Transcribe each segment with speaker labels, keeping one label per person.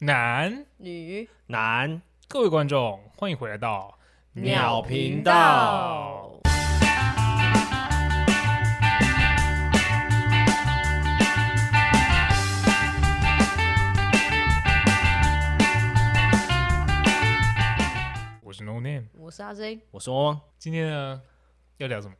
Speaker 1: 男，
Speaker 2: 女
Speaker 3: 男
Speaker 1: 各位观众，欢迎回来到
Speaker 3: 鸟频道。
Speaker 1: 我是 No Name。
Speaker 2: 我是阿 Z，
Speaker 3: 我说汪汪，
Speaker 1: 今天呢，要聊什么？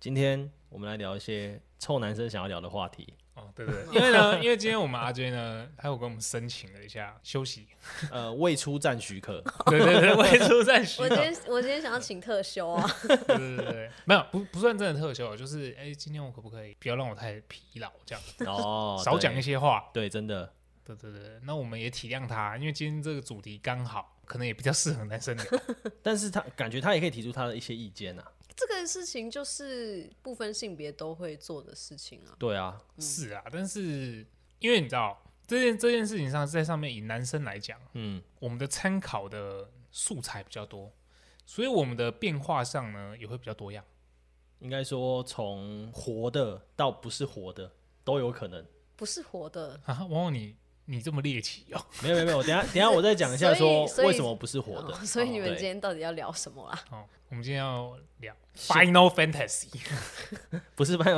Speaker 3: 今天我们来聊一些臭男生想要聊的话题。
Speaker 1: 哦，对对对，因为呢，因为今天我们阿 J 呢，他有跟我们申请了一下休息，
Speaker 3: 呃，未出战许可，
Speaker 1: 对对对，未出战许
Speaker 2: 我
Speaker 1: 可
Speaker 2: 今，天我今天想要请特休啊，
Speaker 1: 对对对对，没有不不算真的特休，就是哎，今天我可不可以不要让我太疲劳，这样
Speaker 3: 哦，
Speaker 1: 少讲一
Speaker 3: 些。
Speaker 1: 些话，
Speaker 3: 对，真的，
Speaker 1: 对对对，那我们也体谅他，因为今天这个主题刚好，可能也比较适合男生聊。
Speaker 3: 但是他感觉他也可以提出他的一些意见啊。
Speaker 2: 这个事情就是不分性别都会做的事情啊。
Speaker 3: 对啊，
Speaker 1: 是啊，但是因为你知道这件这件事情上，在上面以男生来讲，
Speaker 3: 嗯，
Speaker 1: 我们的参考的素材比较多，所以我们的变化上呢也会比较多样。
Speaker 3: 应该说从活的到不是活的都有可能。
Speaker 2: 不是活的，
Speaker 1: 啊，往往你你这么猎奇哦，
Speaker 3: 没有没有没有，等一下等一下我再讲一下说
Speaker 2: 所以所以
Speaker 3: 为什么不是活的
Speaker 2: 哦。所以你们
Speaker 3: 对
Speaker 2: 今天到底要聊什么啦？
Speaker 1: 好，我们今天要聊 Final Fantasy
Speaker 3: 不是半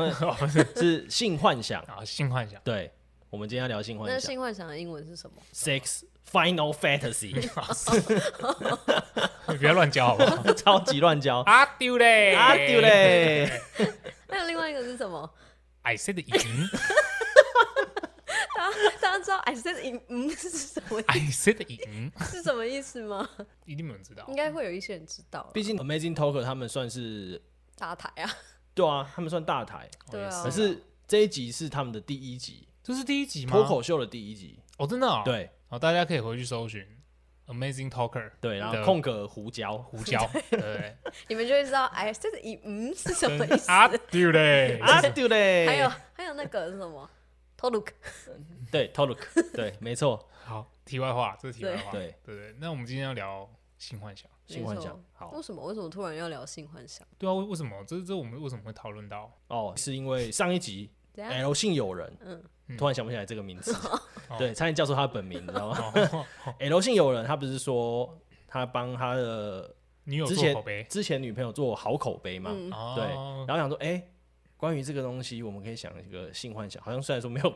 Speaker 3: 是性幻想。
Speaker 1: 啊，性幻想。
Speaker 3: 对，我们今天要聊性幻
Speaker 2: 那
Speaker 3: 想
Speaker 2: 性幻想的英文是什 么？
Speaker 3: ，sex final fantasy，
Speaker 1: 你不要乱教好不 好？
Speaker 3: 超级乱 交。
Speaker 1: 阿丢嘞，
Speaker 3: 啊丢！ 嘞！
Speaker 2: 还有另外一个是什么？
Speaker 1: I said 赢
Speaker 2: 大家大家知道 I said in 嗯 是什么
Speaker 1: ，I said 赢，
Speaker 2: 是什么意思吗？
Speaker 1: 一定没有人知道哦
Speaker 2: 应。该会有一些人知道啦。
Speaker 3: 毕竟 Amazing Talker 他们算是
Speaker 2: 大台啊，
Speaker 3: 对啊，他们算大台，
Speaker 1: 哦
Speaker 2: 对
Speaker 1: 也
Speaker 2: 啊
Speaker 3: 可是这一集是他们的第一集，
Speaker 1: 这是第一集吗？
Speaker 3: 脱口秀的第一集。
Speaker 1: 哦，真的、哦，，
Speaker 3: 对
Speaker 1: 好、大家可以回去搜寻 Amazing Talker
Speaker 3: 对，然
Speaker 1: 的
Speaker 3: 后空格胡椒，
Speaker 1: 胡椒， 对，
Speaker 2: 你们就会知道 I said in 嗯是什么意思。
Speaker 1: 啊，对嘞，
Speaker 3: 啊对嘞，
Speaker 2: 还有还有那个是什么 t o l u k
Speaker 3: 对 t o l k 对，没错，
Speaker 1: 好，题外话，这是题外话，
Speaker 3: 对
Speaker 1: 对对。那我们今天要聊性幻想，
Speaker 3: 性幻想好
Speaker 2: 为什么为什么突然要聊性幻想？
Speaker 1: 对啊，为为什么？这这我们为什么会讨论到？
Speaker 3: 哦，是因为上一集
Speaker 2: 怎 样？
Speaker 3: L 姓友人，
Speaker 2: 嗯，
Speaker 3: 突然想不起来这个名字，
Speaker 1: 哦
Speaker 3: 对，差点叫出他的本名，你知道吗
Speaker 1: 哦，
Speaker 3: ？L 姓友人他不是说他帮他的
Speaker 1: 你有
Speaker 3: 之
Speaker 1: 做口
Speaker 3: 前
Speaker 1: 碑？
Speaker 3: 之前女朋友做好口碑嘛？
Speaker 2: 嗯
Speaker 3: 对，
Speaker 1: 哦
Speaker 3: 然，后想说，哎、关于这个东西，我们可以想一个性幻想，好像虽然说没有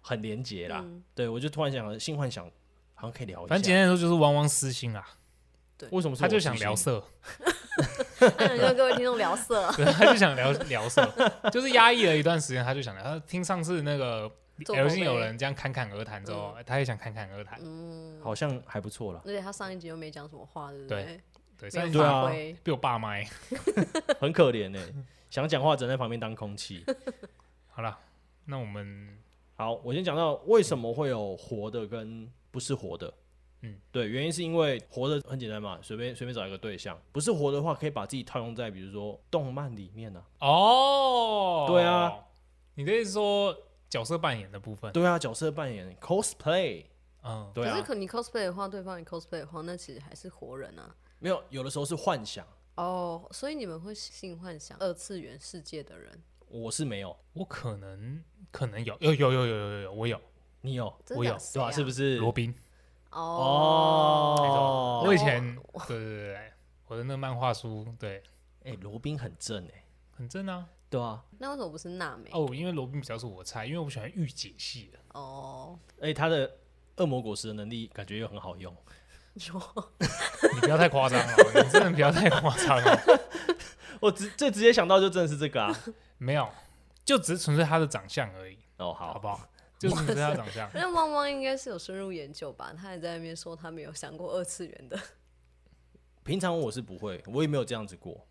Speaker 3: 很连结啦，
Speaker 2: 嗯
Speaker 3: 对我就突然想了性幻想，好像可以聊一
Speaker 1: 反正简
Speaker 3: 下。
Speaker 1: 单来说就是汪汪私心啊，
Speaker 3: 为什么是
Speaker 1: 他
Speaker 3: 我
Speaker 1: 就
Speaker 3: 私
Speaker 1: 想
Speaker 3: 心
Speaker 1: 聊？色，
Speaker 2: 他想跟各位听众聊色
Speaker 1: ，对，他就想聊聊色， 就是压抑了一段时间，他就想聊。他听上次那个
Speaker 2: 做
Speaker 1: L
Speaker 2: 口
Speaker 1: 姓有
Speaker 2: 碑
Speaker 1: 人这样侃侃而谈之后，他也想侃侃而谈，
Speaker 2: 嗯，
Speaker 3: 好像还不错 啦
Speaker 2: 而，且他上一集又没讲什么话，对不
Speaker 1: 对？对，
Speaker 2: 没
Speaker 1: 上一
Speaker 2: 有
Speaker 1: 次
Speaker 3: 对啊
Speaker 2: 发挥，
Speaker 1: 被我爸麦。
Speaker 3: 很可怜呢、欸想讲话只能在旁边当 空气。
Speaker 1: 好了，那我们
Speaker 3: 好，我先讲到为什么会有活的跟不是活的。
Speaker 1: 嗯，
Speaker 3: 对，原因是因为活的很简单嘛，随便随便找一个对象，不是活的话，可以把自己套用在比如说动漫里面啊，
Speaker 1: 哦，
Speaker 3: 对啊，
Speaker 1: 你的意思说角色扮演的部分，
Speaker 3: 对啊，角色扮演 cosplay，
Speaker 1: 嗯，
Speaker 3: 对
Speaker 2: 可是
Speaker 3: 啊，
Speaker 2: 可你 cosplay 的话，对方也 cosplay 的话，那其实还是活人啊。
Speaker 3: 没有有的时候是幻想，
Speaker 2: 哦，所以你们会性幻想二次元世界的人，
Speaker 3: 我是没有，
Speaker 1: 我可能可能有，有有有有有有有，我有
Speaker 3: 你有
Speaker 2: 真
Speaker 1: 我
Speaker 2: 的
Speaker 1: 有
Speaker 2: 假的
Speaker 3: 对
Speaker 2: 谁啊
Speaker 3: 吧、是不是？
Speaker 1: 罗宾，
Speaker 2: 哦，
Speaker 3: 哦
Speaker 1: 我以前对对对对，我的那漫画书，对，
Speaker 3: 哎，罗宾很正哎、
Speaker 1: 很正啊。
Speaker 3: 对啊，
Speaker 2: 那为什么不是娜美？
Speaker 1: 哦，因为罗宾比较是我菜，因为我喜欢御姐系的，
Speaker 2: 哦，
Speaker 3: 而且他的恶魔果实的能力感觉又很好用，
Speaker 1: 你不要太夸张了，你真的不要太夸张哦了。
Speaker 3: 我直最直接想到就真的是这个啊。
Speaker 1: 没有，就只是纯粹他的长相而已，
Speaker 3: 哦，
Speaker 1: 好
Speaker 3: 好，
Speaker 1: 不好？就纯粹他的长 相。
Speaker 2: 那汪汪应该是有深入研究吧？他还在那边说他没有想过二次元的，
Speaker 3: 平常我是不会，我也没有这样子过，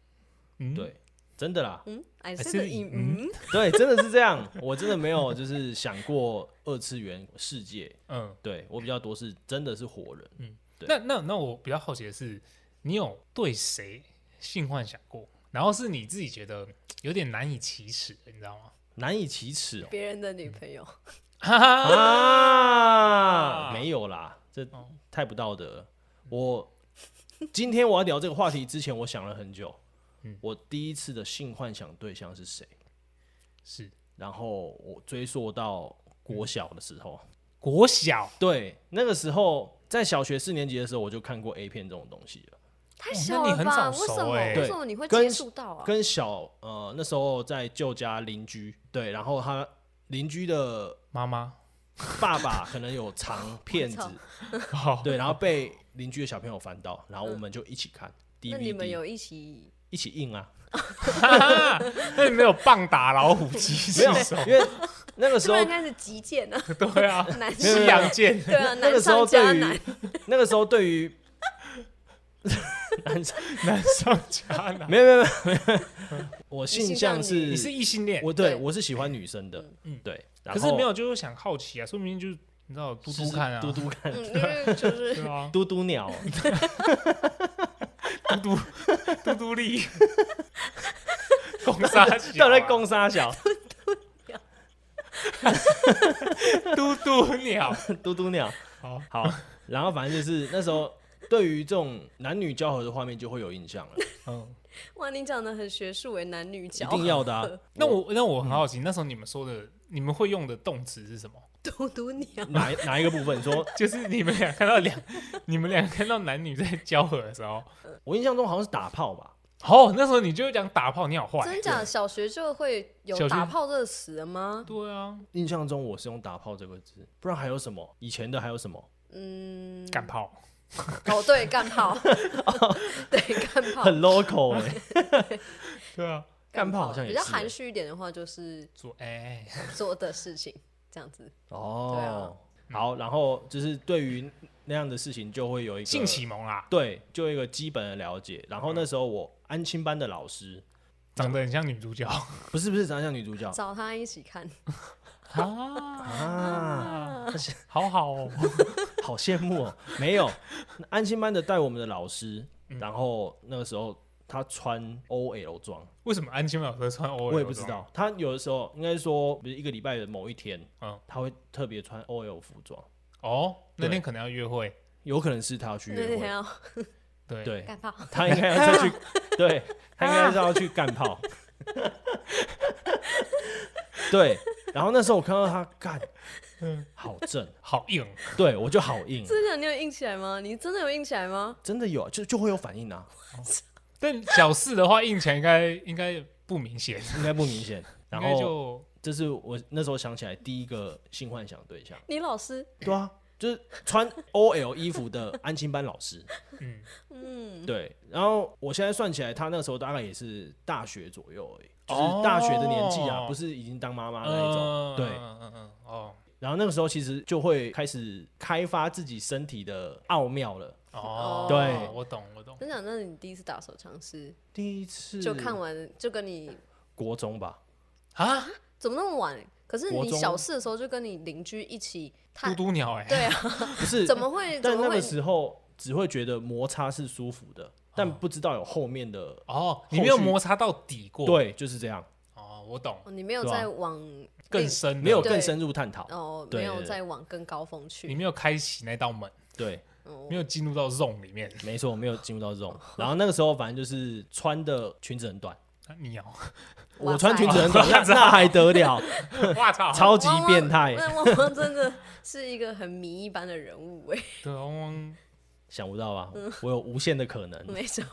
Speaker 1: 嗯，
Speaker 3: 对，真的啦，
Speaker 2: 嗯，I
Speaker 1: said
Speaker 2: said
Speaker 1: in-
Speaker 2: in- 嗯，
Speaker 3: 对，真的是这样， 我真的没有就是想过二次元世界，
Speaker 1: 嗯，
Speaker 3: 对我比较多是真的是活人，对
Speaker 1: 那那那我比较好奇的是，你有对谁性幻想过？然后是你自己觉得有点难以启齿的，你知道吗？
Speaker 3: 难以启齿哦、
Speaker 2: 别人的女朋友。
Speaker 1: 哈哈，
Speaker 3: 啊，没有啦，这太不道德了。我今天我要聊这个话题之前，我想了很久。
Speaker 1: 嗯
Speaker 3: 我第一次的性幻想对象是谁？
Speaker 1: 是
Speaker 3: 然后我追溯到国小的时候，
Speaker 1: 国小，
Speaker 3: 对，那个时候在小学四年级的时候，我就看过 A 片这种东西了，
Speaker 2: 太
Speaker 1: 哦
Speaker 2: 小
Speaker 1: 那你
Speaker 2: 了
Speaker 1: 很
Speaker 2: 吧？
Speaker 1: 早
Speaker 2: 为
Speaker 1: 熟
Speaker 2: 什么？
Speaker 1: 欸
Speaker 2: 为什么你会接
Speaker 3: 跟
Speaker 2: 触到啊？
Speaker 3: 跟小呃那时候在舅家邻居，对，然后他邻居的
Speaker 1: 妈妈，
Speaker 3: 爸爸可能有藏片子
Speaker 2: 我，
Speaker 1: 好，
Speaker 3: 对，然后被邻居的小朋友翻到，然后我们就一起看
Speaker 2: 那你们
Speaker 3: DVD，
Speaker 2: 有一起？
Speaker 3: 一起印 啊，
Speaker 1: 那你没有棒打老虎机
Speaker 3: 没有
Speaker 1: 是哦什么？，
Speaker 3: 因为那个 时
Speaker 2: 这
Speaker 3: 候
Speaker 2: 边应该是击剑啊，
Speaker 1: 对啊，
Speaker 2: 男生
Speaker 1: 西洋剑，
Speaker 2: 对啊，
Speaker 3: 那
Speaker 2: 难
Speaker 3: 个时候
Speaker 2: 上加
Speaker 3: 对
Speaker 2: 难
Speaker 3: 于。那个时候对于男生
Speaker 1: 难上加难。
Speaker 3: 没有没有没有没有，我
Speaker 2: 性
Speaker 3: 性向
Speaker 2: 向
Speaker 3: 是
Speaker 1: 你是异性恋，
Speaker 3: 我对
Speaker 2: 对
Speaker 3: 我是喜欢女生的，
Speaker 1: 嗯
Speaker 3: 对，然
Speaker 1: 可
Speaker 3: 后
Speaker 1: 是没有，就是想好奇啊，说明就是你知道嘟
Speaker 3: 是
Speaker 1: 嘟看啊，
Speaker 3: 嘟嘟看，
Speaker 2: 嗯，因为就是
Speaker 1: 对啊，
Speaker 3: 嘟 嘟鸟，
Speaker 1: 嘟嘟嘟嘟力，攻杀
Speaker 3: 到底在攻沙小
Speaker 1: 嘟嘟鸟，
Speaker 3: 嘟嘟鸟，
Speaker 1: 好，
Speaker 3: 好，然后反正就是那时候对于这种男女交合的画面就会有印象了，
Speaker 1: 嗯，
Speaker 2: 哇，你讲的很学术诶，男女
Speaker 3: 一
Speaker 2: 交。
Speaker 3: 定要的啊
Speaker 1: 那我那我很好奇，那时候你们说的，你们会用的动词是什么？
Speaker 2: 嘟嘟鸟，
Speaker 3: 哪一哪一个部分？你说
Speaker 1: 就是你们俩看到两，你们俩看到男女在交合的时候，
Speaker 3: 我印象中好像是打炮吧？
Speaker 1: 哦，那时候你就讲打炮，你好坏，
Speaker 2: 真假？小学就会有
Speaker 1: 小学
Speaker 2: 打炮这个词了吗？
Speaker 1: 对啊，
Speaker 3: 印象中我是用打炮这个字，不然还有什么？以前的还有什么？
Speaker 2: 嗯，
Speaker 1: 干炮，
Speaker 2: 哦，对，干 炮，对，干炮，
Speaker 3: 很 local 哎、
Speaker 1: 对啊，
Speaker 3: 干炮好像也
Speaker 2: 比较
Speaker 3: 是
Speaker 2: 含
Speaker 3: 欸
Speaker 2: 蓄一点的话，就是
Speaker 1: 做哎，
Speaker 2: 做的事情这样子。
Speaker 3: 哦，
Speaker 2: 啊
Speaker 3: 好，然后就是对于那样的事情就会有一个
Speaker 1: 性启蒙啊，
Speaker 3: 对，就有一个基本的了解。然后那时候我安亲班的老师，
Speaker 1: 长得很像女主角
Speaker 3: 不是不是长相女主
Speaker 1: 哦
Speaker 3: 角
Speaker 2: 找他一起看，
Speaker 1: 啊，
Speaker 3: 啊，
Speaker 1: 好好哦，
Speaker 3: 好羡慕哦。没有，安亲班的带我们的老师，
Speaker 1: 嗯
Speaker 3: 然后那个时候他穿 OL 装，
Speaker 1: 为什么安亲老师穿 O？
Speaker 3: 我也不知道，他有的时候应该说，比如一个礼拜的某一天，
Speaker 1: 嗯
Speaker 3: 他会特别穿 OL 服装，
Speaker 1: 哦，那
Speaker 3: 对
Speaker 1: 天可能要约会，
Speaker 3: 有可能是他要去
Speaker 2: 那
Speaker 3: 约
Speaker 2: 天
Speaker 3: 会，
Speaker 2: 要
Speaker 1: 对，嗯
Speaker 3: 对
Speaker 2: 干炮，
Speaker 3: 他应该要 再去，对他应该是要去干炮。对，然后那时候我看到他干，好正，
Speaker 1: 好硬，
Speaker 3: 对我就好硬，
Speaker 2: 真的你有硬起来吗？你真的有硬起来吗？
Speaker 3: 真的有，就就会有反应啊，
Speaker 1: 但小四的话，硬起来应该应该不明显，
Speaker 3: 应该不明显。
Speaker 1: 应
Speaker 3: 然
Speaker 1: 该
Speaker 3: 后
Speaker 1: 就
Speaker 3: 这是我那时候想起来第一个性幻想对象，
Speaker 2: 你老师，
Speaker 3: 对啊，就是穿 OL 衣服的安亲班老师，
Speaker 1: 嗯，
Speaker 2: 嗯，
Speaker 3: 对。然后我现在算起来，他那时候大概也是大学左右而已，就
Speaker 1: 哦
Speaker 3: 是大学的年纪啊，不是已经当妈妈的那种。
Speaker 1: 嗯
Speaker 3: 对
Speaker 1: 嗯嗯嗯，哦
Speaker 3: 然后那个时候其实就会开始开发自己身体的奥妙了。
Speaker 1: 哦，
Speaker 3: 对
Speaker 1: 我懂我懂，
Speaker 2: 真想，那你第一次打手枪是
Speaker 3: 第一次
Speaker 2: 就看完就跟你
Speaker 3: 国中吧，
Speaker 1: 啊，
Speaker 2: 怎么那么晚？可是
Speaker 3: 国
Speaker 2: 你
Speaker 3: 中
Speaker 2: 小四的时候就跟你邻居一起
Speaker 1: 嘟
Speaker 2: 探，
Speaker 1: 嘟鸟哎，
Speaker 2: 对 啊，
Speaker 3: 不 是？
Speaker 2: 怎么会？怎
Speaker 3: 但
Speaker 2: 么
Speaker 3: 那
Speaker 2: 会
Speaker 3: 个？时候只会觉得摩擦是舒服的，但不知道有后面的。
Speaker 1: 哦，你没有
Speaker 3: 后续
Speaker 1: 摩擦到底过，，
Speaker 3: 对，就是这样，
Speaker 1: 哦，我懂，
Speaker 2: 哦你没有
Speaker 3: 对啊
Speaker 2: 再往
Speaker 1: 更深的
Speaker 3: 没有
Speaker 2: 对
Speaker 3: 更深入探讨。
Speaker 2: 哦，
Speaker 3: 对
Speaker 2: 没有
Speaker 3: 对对
Speaker 2: 再往更高峰
Speaker 1: 你
Speaker 2: 去。
Speaker 1: 没有开启那道门，
Speaker 3: 对，
Speaker 2: 哦
Speaker 1: 没有进入到 zone 里面，
Speaker 3: 没错，没有进入到这种。然后那个时候，反正就是穿的裙子很短，
Speaker 1: 啊 鸟，
Speaker 2: 哇
Speaker 3: 我穿
Speaker 2: 塞
Speaker 3: 裙子很短，那那还得了？
Speaker 1: 我操，
Speaker 3: 超级变态，
Speaker 2: 那汪 汪真的是一个很迷一般的人物哎、
Speaker 1: 对，汪汪
Speaker 3: 想不到吧？
Speaker 2: 嗯
Speaker 3: 我有无限的可能。
Speaker 2: 没错，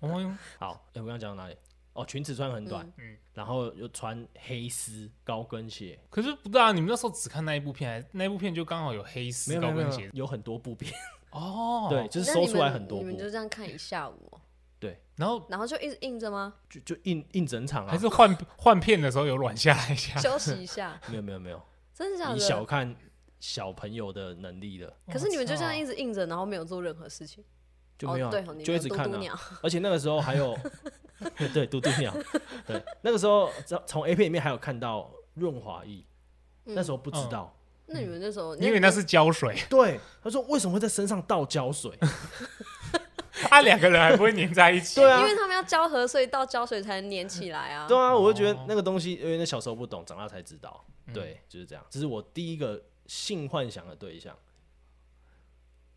Speaker 1: 汪汪，
Speaker 3: 好，哎，我刚刚讲到哪里？哦，裙子穿很短，
Speaker 1: 嗯
Speaker 3: 然后又穿黑丝高跟鞋，
Speaker 1: 可是不知啊道你们那时候只看那一部片，还那一部片就刚好有黑丝高跟鞋，
Speaker 3: 有很多部片，
Speaker 1: 哦，
Speaker 3: 对，，就是
Speaker 2: 那
Speaker 3: 搜
Speaker 2: 你
Speaker 3: 出来
Speaker 2: 们
Speaker 3: 很多
Speaker 2: 你们
Speaker 3: 部
Speaker 2: 就，这样看一下午 哦、
Speaker 3: 对，
Speaker 1: 然后
Speaker 2: 然后就一直硬着 吗？
Speaker 3: 就就印印整场
Speaker 1: 还
Speaker 3: 啊。
Speaker 1: 是换换片的时候有软下来一 下，
Speaker 2: 休息一下，
Speaker 3: 没有没有没有，
Speaker 2: 真的假
Speaker 3: 你小
Speaker 2: 的？
Speaker 3: 看小朋友的能力了，
Speaker 2: 可是你们就这样一
Speaker 1: 直
Speaker 2: 直硬着，然后没有做任何事情，
Speaker 3: 啊就没有
Speaker 2: 哦、
Speaker 3: 啊
Speaker 2: 对哦，你
Speaker 3: 就一
Speaker 2: 们
Speaker 3: 直
Speaker 2: 嘟
Speaker 3: 看
Speaker 2: 嘟
Speaker 3: 啊。
Speaker 2: 鸟，
Speaker 3: 而且那个时候还有， 对，嘟嘟鸟，对，那个时候从从 A 片里面还有看到润滑液，那时候不知
Speaker 1: 哦
Speaker 3: 道，
Speaker 2: 那你们那时候
Speaker 1: 因为那是胶水，
Speaker 3: 对，他说为什么会在身上倒胶水？
Speaker 1: 啊，两个人还不会粘在一 起，
Speaker 3: 对啊
Speaker 2: 因为他们要胶合，所以到胶水才能粘起来啊。
Speaker 3: 对
Speaker 1: 哦
Speaker 3: 啊，我就觉得那个东西，因为那小时候不懂，长大才知道，
Speaker 1: 嗯
Speaker 3: 对，就是这样，这是我第一个性幻想的对象，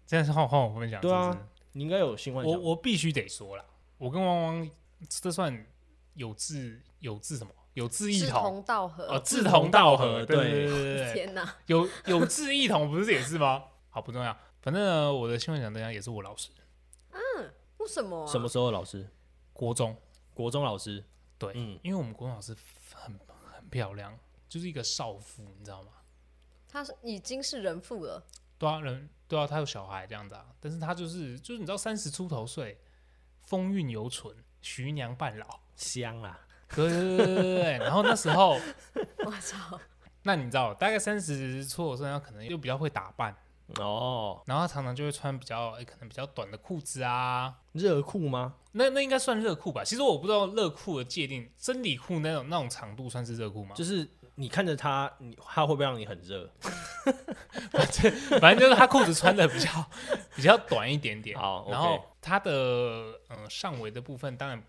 Speaker 1: 这样是换换我分享，
Speaker 3: 对啊
Speaker 1: 是不是
Speaker 3: 你应该有性幻
Speaker 1: 我
Speaker 3: 想，
Speaker 1: 我必须得说了，我跟汪汪这算有志有志什么有志异
Speaker 2: 志
Speaker 1: 同
Speaker 2: 同道合。
Speaker 1: 哦，志同道合，对
Speaker 3: 对
Speaker 1: 对对对对，
Speaker 2: 天哪，
Speaker 1: 有有志异同不是也是吗？好，不重要，反正呢我的新闻奖对象也是我老师，
Speaker 2: 为什么、啊？
Speaker 3: 什么？时候老师？
Speaker 1: 国中，
Speaker 3: 国中老师，
Speaker 1: 对，
Speaker 3: 嗯，
Speaker 1: 因为我们国中老师很很漂亮，就是一个少妇，你知道吗？
Speaker 2: 他是已经是人父了，
Speaker 1: 对啊，人对啊，他有小孩这样子啊，但是他就是就是你知道三十出头岁，风韵犹存，徐娘半老，
Speaker 3: 香啦，
Speaker 1: 对对对对对对。然后那时候，
Speaker 2: 我 操！
Speaker 1: 那你知道，大概三十出头岁，他可能又比较会打扮，
Speaker 3: 哦，
Speaker 1: 然后他常常就会穿比较、诶可能比较短的裤子啊。
Speaker 3: 热裤吗？
Speaker 1: 那那应该算热裤吧？其实我不知道热裤的界定，真理裤那种那种长度算是热裤吗？
Speaker 3: 就是你看着他，你他会不会让你很热？
Speaker 1: 反正就是他裤子穿的比较比较短一点点。
Speaker 3: 好
Speaker 1: 然
Speaker 3: OK
Speaker 1: 后他的呃上围的部分，当然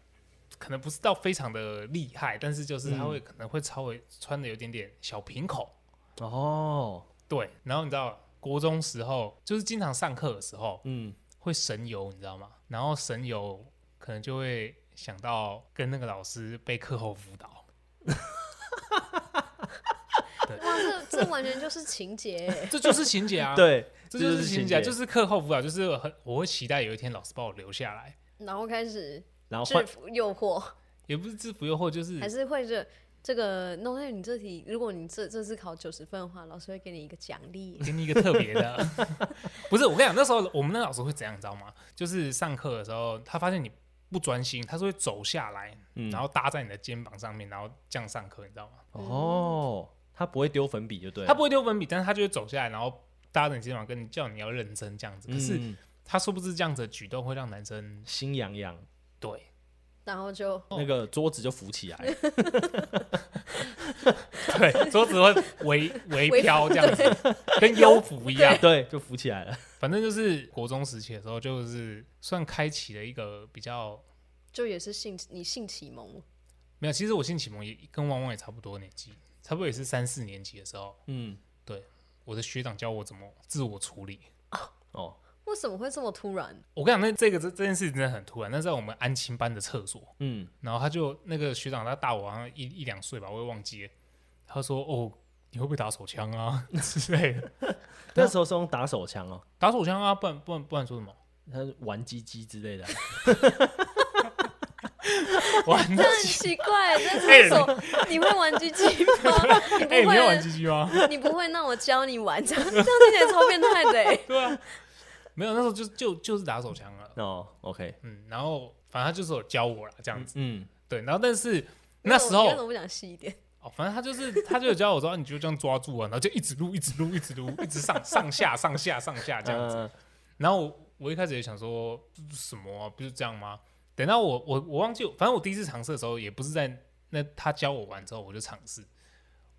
Speaker 1: 可能不是到非常的厉害，但是就是他会、可能会稍微穿的有点点小平口。
Speaker 3: 哦，
Speaker 1: 对，然后你知道国中时候就是经常上课的时候
Speaker 3: 嗯，
Speaker 1: 会神游，你知道吗？然后神游可能就会想到跟那个老师被课后辅导。
Speaker 2: 哇，这这完全就是情节欸
Speaker 1: 这就是情节啊，，
Speaker 3: 对，
Speaker 1: 这就是情节啊，
Speaker 3: 这
Speaker 1: 就
Speaker 3: 就是
Speaker 1: 课后辅导，就是很我会期待有一天老师把我留下来，
Speaker 2: 然后开始
Speaker 3: 然后换
Speaker 2: 制服诱惑，
Speaker 1: 也不是制服诱惑，就是
Speaker 2: 还是会这这个弄在你这题，如果你这这次考九十分的话，老师会给你一个奖励。
Speaker 1: 给你一个特别的， 不是我跟你讲，那时候我们那老师会怎样，你知道吗？就是上课的时候，他发现你不专心，他是会走下来，
Speaker 3: 嗯
Speaker 1: 然后搭在你的肩膀上面，然后这样上课，你知道吗？
Speaker 3: 哦，他不会丢粉笔就对了，啊
Speaker 1: 他不会丢粉笔，但是他就会走下来，然后搭着你肩膀，跟你叫你要认真这样子。可是
Speaker 3: 嗯
Speaker 1: 他殊不知这样子的举动会让男生
Speaker 3: 心痒痒，
Speaker 1: 对，
Speaker 2: 然后就
Speaker 1: 哦
Speaker 3: 那个桌子就浮起 来，
Speaker 1: 对， 桌子会 微微飘这样子，跟幽浮一样。
Speaker 3: 对，就浮起来了。
Speaker 1: 反正就是国中时期的时候，就是算开启了一个比较
Speaker 2: 就也是性你性启蒙，
Speaker 1: 没有，其实我性启蒙也跟汪汪也差不多年纪，差不多也是三四年级的时候，
Speaker 3: 嗯，
Speaker 1: 我的学长教我怎么自我处理。
Speaker 3: 哦，
Speaker 2: 为什么会这么突然？
Speaker 1: 我跟你讲，那这个这这件事情真的很突然。那在我们安亲班的厕所，
Speaker 3: 嗯，
Speaker 1: 然后他就那个学长他大我好像一一两岁吧，我也忘记了。他说：“哦，你会不会打手枪啊 之类的？
Speaker 3: 那时候是用打手枪哦，
Speaker 1: 打手枪啊，不然不然不然说什么
Speaker 3: 他是玩鸡鸡之类的啊，
Speaker 1: 玩
Speaker 2: 这很奇怪，在厕所你会玩狙击 吗？你
Speaker 1: 哎、
Speaker 2: 不
Speaker 1: 你会玩
Speaker 2: 会，
Speaker 1: 鸡鸡吗？
Speaker 2: 你不会，那我教你玩，这样这样听起来超变态的欸。
Speaker 1: 对啊，没有，那时候就就就是打手枪了。
Speaker 3: 哦，OK，
Speaker 1: 嗯，然后反正他就是有教我了这样子。
Speaker 3: 嗯，
Speaker 1: 对，然后但是 那时候
Speaker 2: 你为什么不想细一点？
Speaker 1: 哦，反正他就是，他就有教我说，啊你就这样抓住啊，然后就一直撸，一直撸，一直撸，一直上上下上下上下这样子。
Speaker 3: 呃
Speaker 1: 然后我我一开始也想说，这是什么啊、不是这样吗？等到我我我忘记，反正我第一次尝试的时候，也不是在那他教我完之后我就尝试。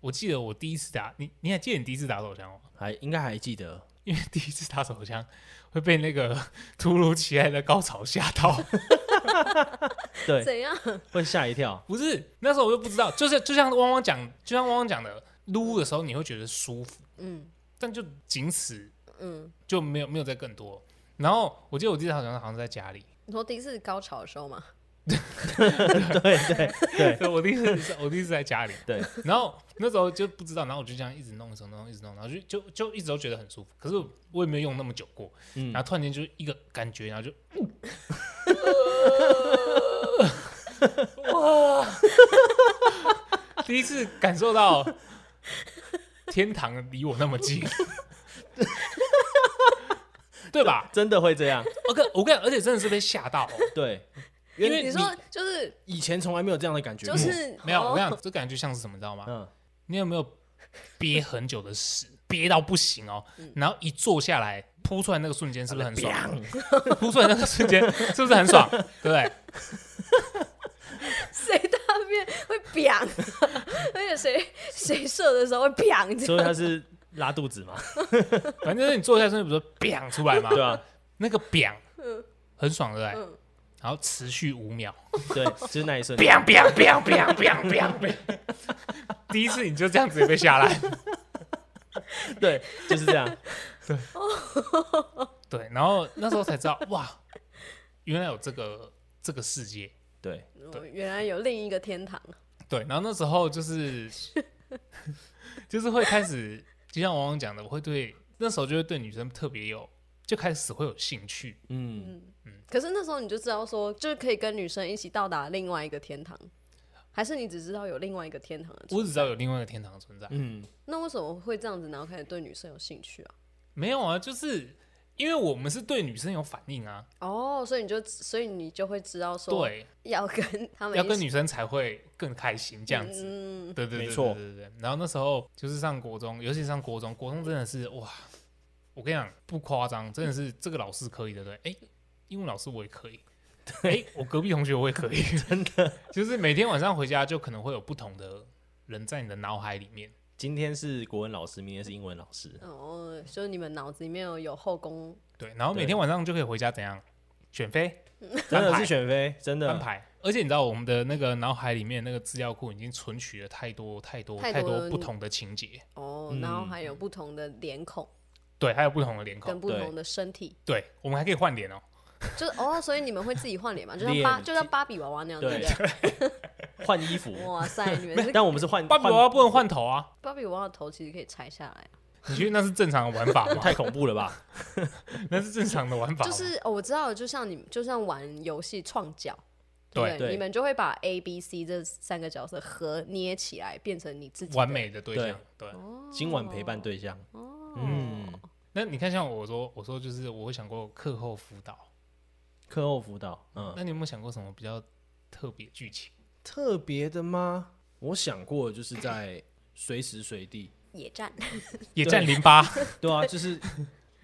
Speaker 1: 我记得我第一次打你，你还记得你第一次打手枪吗？
Speaker 3: 还应该还记得，
Speaker 1: 因为第一次打手枪会被那个 突如其来的高潮吓到，
Speaker 3: 对，
Speaker 2: 怎样？
Speaker 3: 会吓一 跳，
Speaker 1: 不是那时候我就不知道， 就是就像汪汪讲，就像汪汪讲的，撸的时候你会觉得舒服，
Speaker 2: 嗯
Speaker 1: 但就仅此
Speaker 2: 嗯，
Speaker 1: 就没有没有再更多。然后我记得我第一次好像好像在家里，
Speaker 2: 你说第一次高潮的时候嘛，
Speaker 3: 对对对
Speaker 1: 对 我第一次是我第一次在家里，
Speaker 3: 对，
Speaker 1: 然后那时候就不知道，然后我就这样一直弄，一直弄，一直弄，然后就就就一直都觉得很舒服，可是我也没有用那么久过，
Speaker 3: 嗯
Speaker 1: 然后突然间就一个感觉，然后就， 哇，第一次感受到天堂离我那么近， 对吧？
Speaker 3: 真的会这样，
Speaker 1: 我跟我跟你讲，而且真的是被吓到、哦。
Speaker 3: 对，
Speaker 1: 因为
Speaker 2: 你说就是
Speaker 3: 以前从来没有这样的感觉
Speaker 2: 就
Speaker 3: 过，
Speaker 2: 是
Speaker 1: 没有，我跟
Speaker 2: 哦
Speaker 1: 你讲，这感觉像是什么，你知道吗？
Speaker 3: 嗯，
Speaker 1: 你有没有憋很久的屎，憋到不行哦，然后一坐下来扑出来那个瞬间，是不是很 爽？扑出来那个瞬间是不是很爽？对不对？
Speaker 2: 谁大便会 “biang”，而且谁谁射的时候会 “biang”，这
Speaker 3: 所
Speaker 2: 样
Speaker 3: 以他是拉肚子嘛，
Speaker 1: 反正就是你坐下来瞬间，比如说 “biang” 出来嘛，
Speaker 3: 对啊吧？
Speaker 1: 那个 “biang” 很爽，对不对？
Speaker 2: 嗯
Speaker 1: 然后持续五秒
Speaker 3: 对，就是那一瞬间，
Speaker 1: ，“biang biang biang biang biang biang biang”，第 一次你就这样子被下来，
Speaker 3: 对，就是这样，
Speaker 1: 对，然后那时候才知道，哇，原来有这个这个世界，
Speaker 3: 对，
Speaker 2: 哦原来有另一个天堂，
Speaker 1: 对，然后那时候就是就是会开始，就像王王讲的，我会对那时候就会对女生特别有，就开始会有兴趣。
Speaker 3: 嗯，
Speaker 2: 可是那时候你就知道说，就是可以跟女生一起到达另外一个天堂，还是你只知道有另外一个天堂的存
Speaker 1: 我只知道有另外一个天堂存在，
Speaker 3: 嗯，
Speaker 2: 那为什么会这样子，然后开始对女生有兴趣啊？
Speaker 1: 没有啊，就是因为我们是对女生有反应啊，
Speaker 2: 哦，所以你就所以你就会知道说，
Speaker 1: 对，
Speaker 2: 要跟他们
Speaker 1: 要跟
Speaker 2: 一起
Speaker 1: 女生才会更开心这样子。
Speaker 2: 嗯，
Speaker 1: 对对对
Speaker 3: 没错
Speaker 1: 对对对。然后那时候就是上国中，尤其是上国中，国中真的是哇，我跟你讲不夸张，真的是这个老师可以的，对不对，哎、英文老师我也可以，哎、我隔壁同学我也 可以，真的，就是每天晚上回家就可能会有不同的人在你的脑海里面，
Speaker 3: 今天是国文老师，明天是英文老师，
Speaker 2: 哦，就是你们脑子里面有有后宫，
Speaker 1: 对，然后每
Speaker 3: 对
Speaker 1: 天晚上就可以回家怎样选妃
Speaker 3: 真的
Speaker 1: 翻牌
Speaker 3: 是选妃，真
Speaker 1: 翻
Speaker 3: 的，
Speaker 1: 牌。而且你知道，我们的那个脑海里面那个资料库已经存取了太多太多
Speaker 2: 太
Speaker 1: 太
Speaker 2: 多
Speaker 1: 多不同的情节，
Speaker 2: 哦，然后还有不同的脸孔
Speaker 1: 对，还有不同的脸嗯孔
Speaker 2: 跟，不
Speaker 3: 对
Speaker 2: 同的身体，
Speaker 1: 对，我们还可以换脸哦。
Speaker 2: 就是哦，所以你们会自己换脸嘛？就像
Speaker 3: 脸
Speaker 2: 芭就像芭比娃娃那样，对
Speaker 3: 对
Speaker 2: 不对？
Speaker 3: 换衣服，
Speaker 2: 哇塞，你们是
Speaker 3: 但我们是换
Speaker 1: 芭比娃娃
Speaker 3: 换，
Speaker 1: 不能换头啊，
Speaker 2: 芭比娃娃的头其实可以拆下来，
Speaker 1: 你觉得那是正常的玩法吗？
Speaker 3: 太恐怖了吧？
Speaker 1: 那是正常的玩法吗，
Speaker 2: 就是哦，我知道了，就像你们就像玩游戏创角。对
Speaker 1: 对
Speaker 2: 不
Speaker 3: 对
Speaker 2: 你们就会把 A、B、C 这三个角色合捏起来，变成你自己的
Speaker 1: 完。美的对象。对，
Speaker 2: 哦
Speaker 3: 今晚陪伴对象，嗯，
Speaker 1: 那你看，像我说，我说就是我会想过课后辅导，
Speaker 3: 课后辅导，嗯，
Speaker 1: 那你有没有想过什么比较特别剧情？
Speaker 3: 特别的吗？我想过，就是在随时随地，
Speaker 2: 野战，
Speaker 1: 野战零八，
Speaker 3: 对啊，就是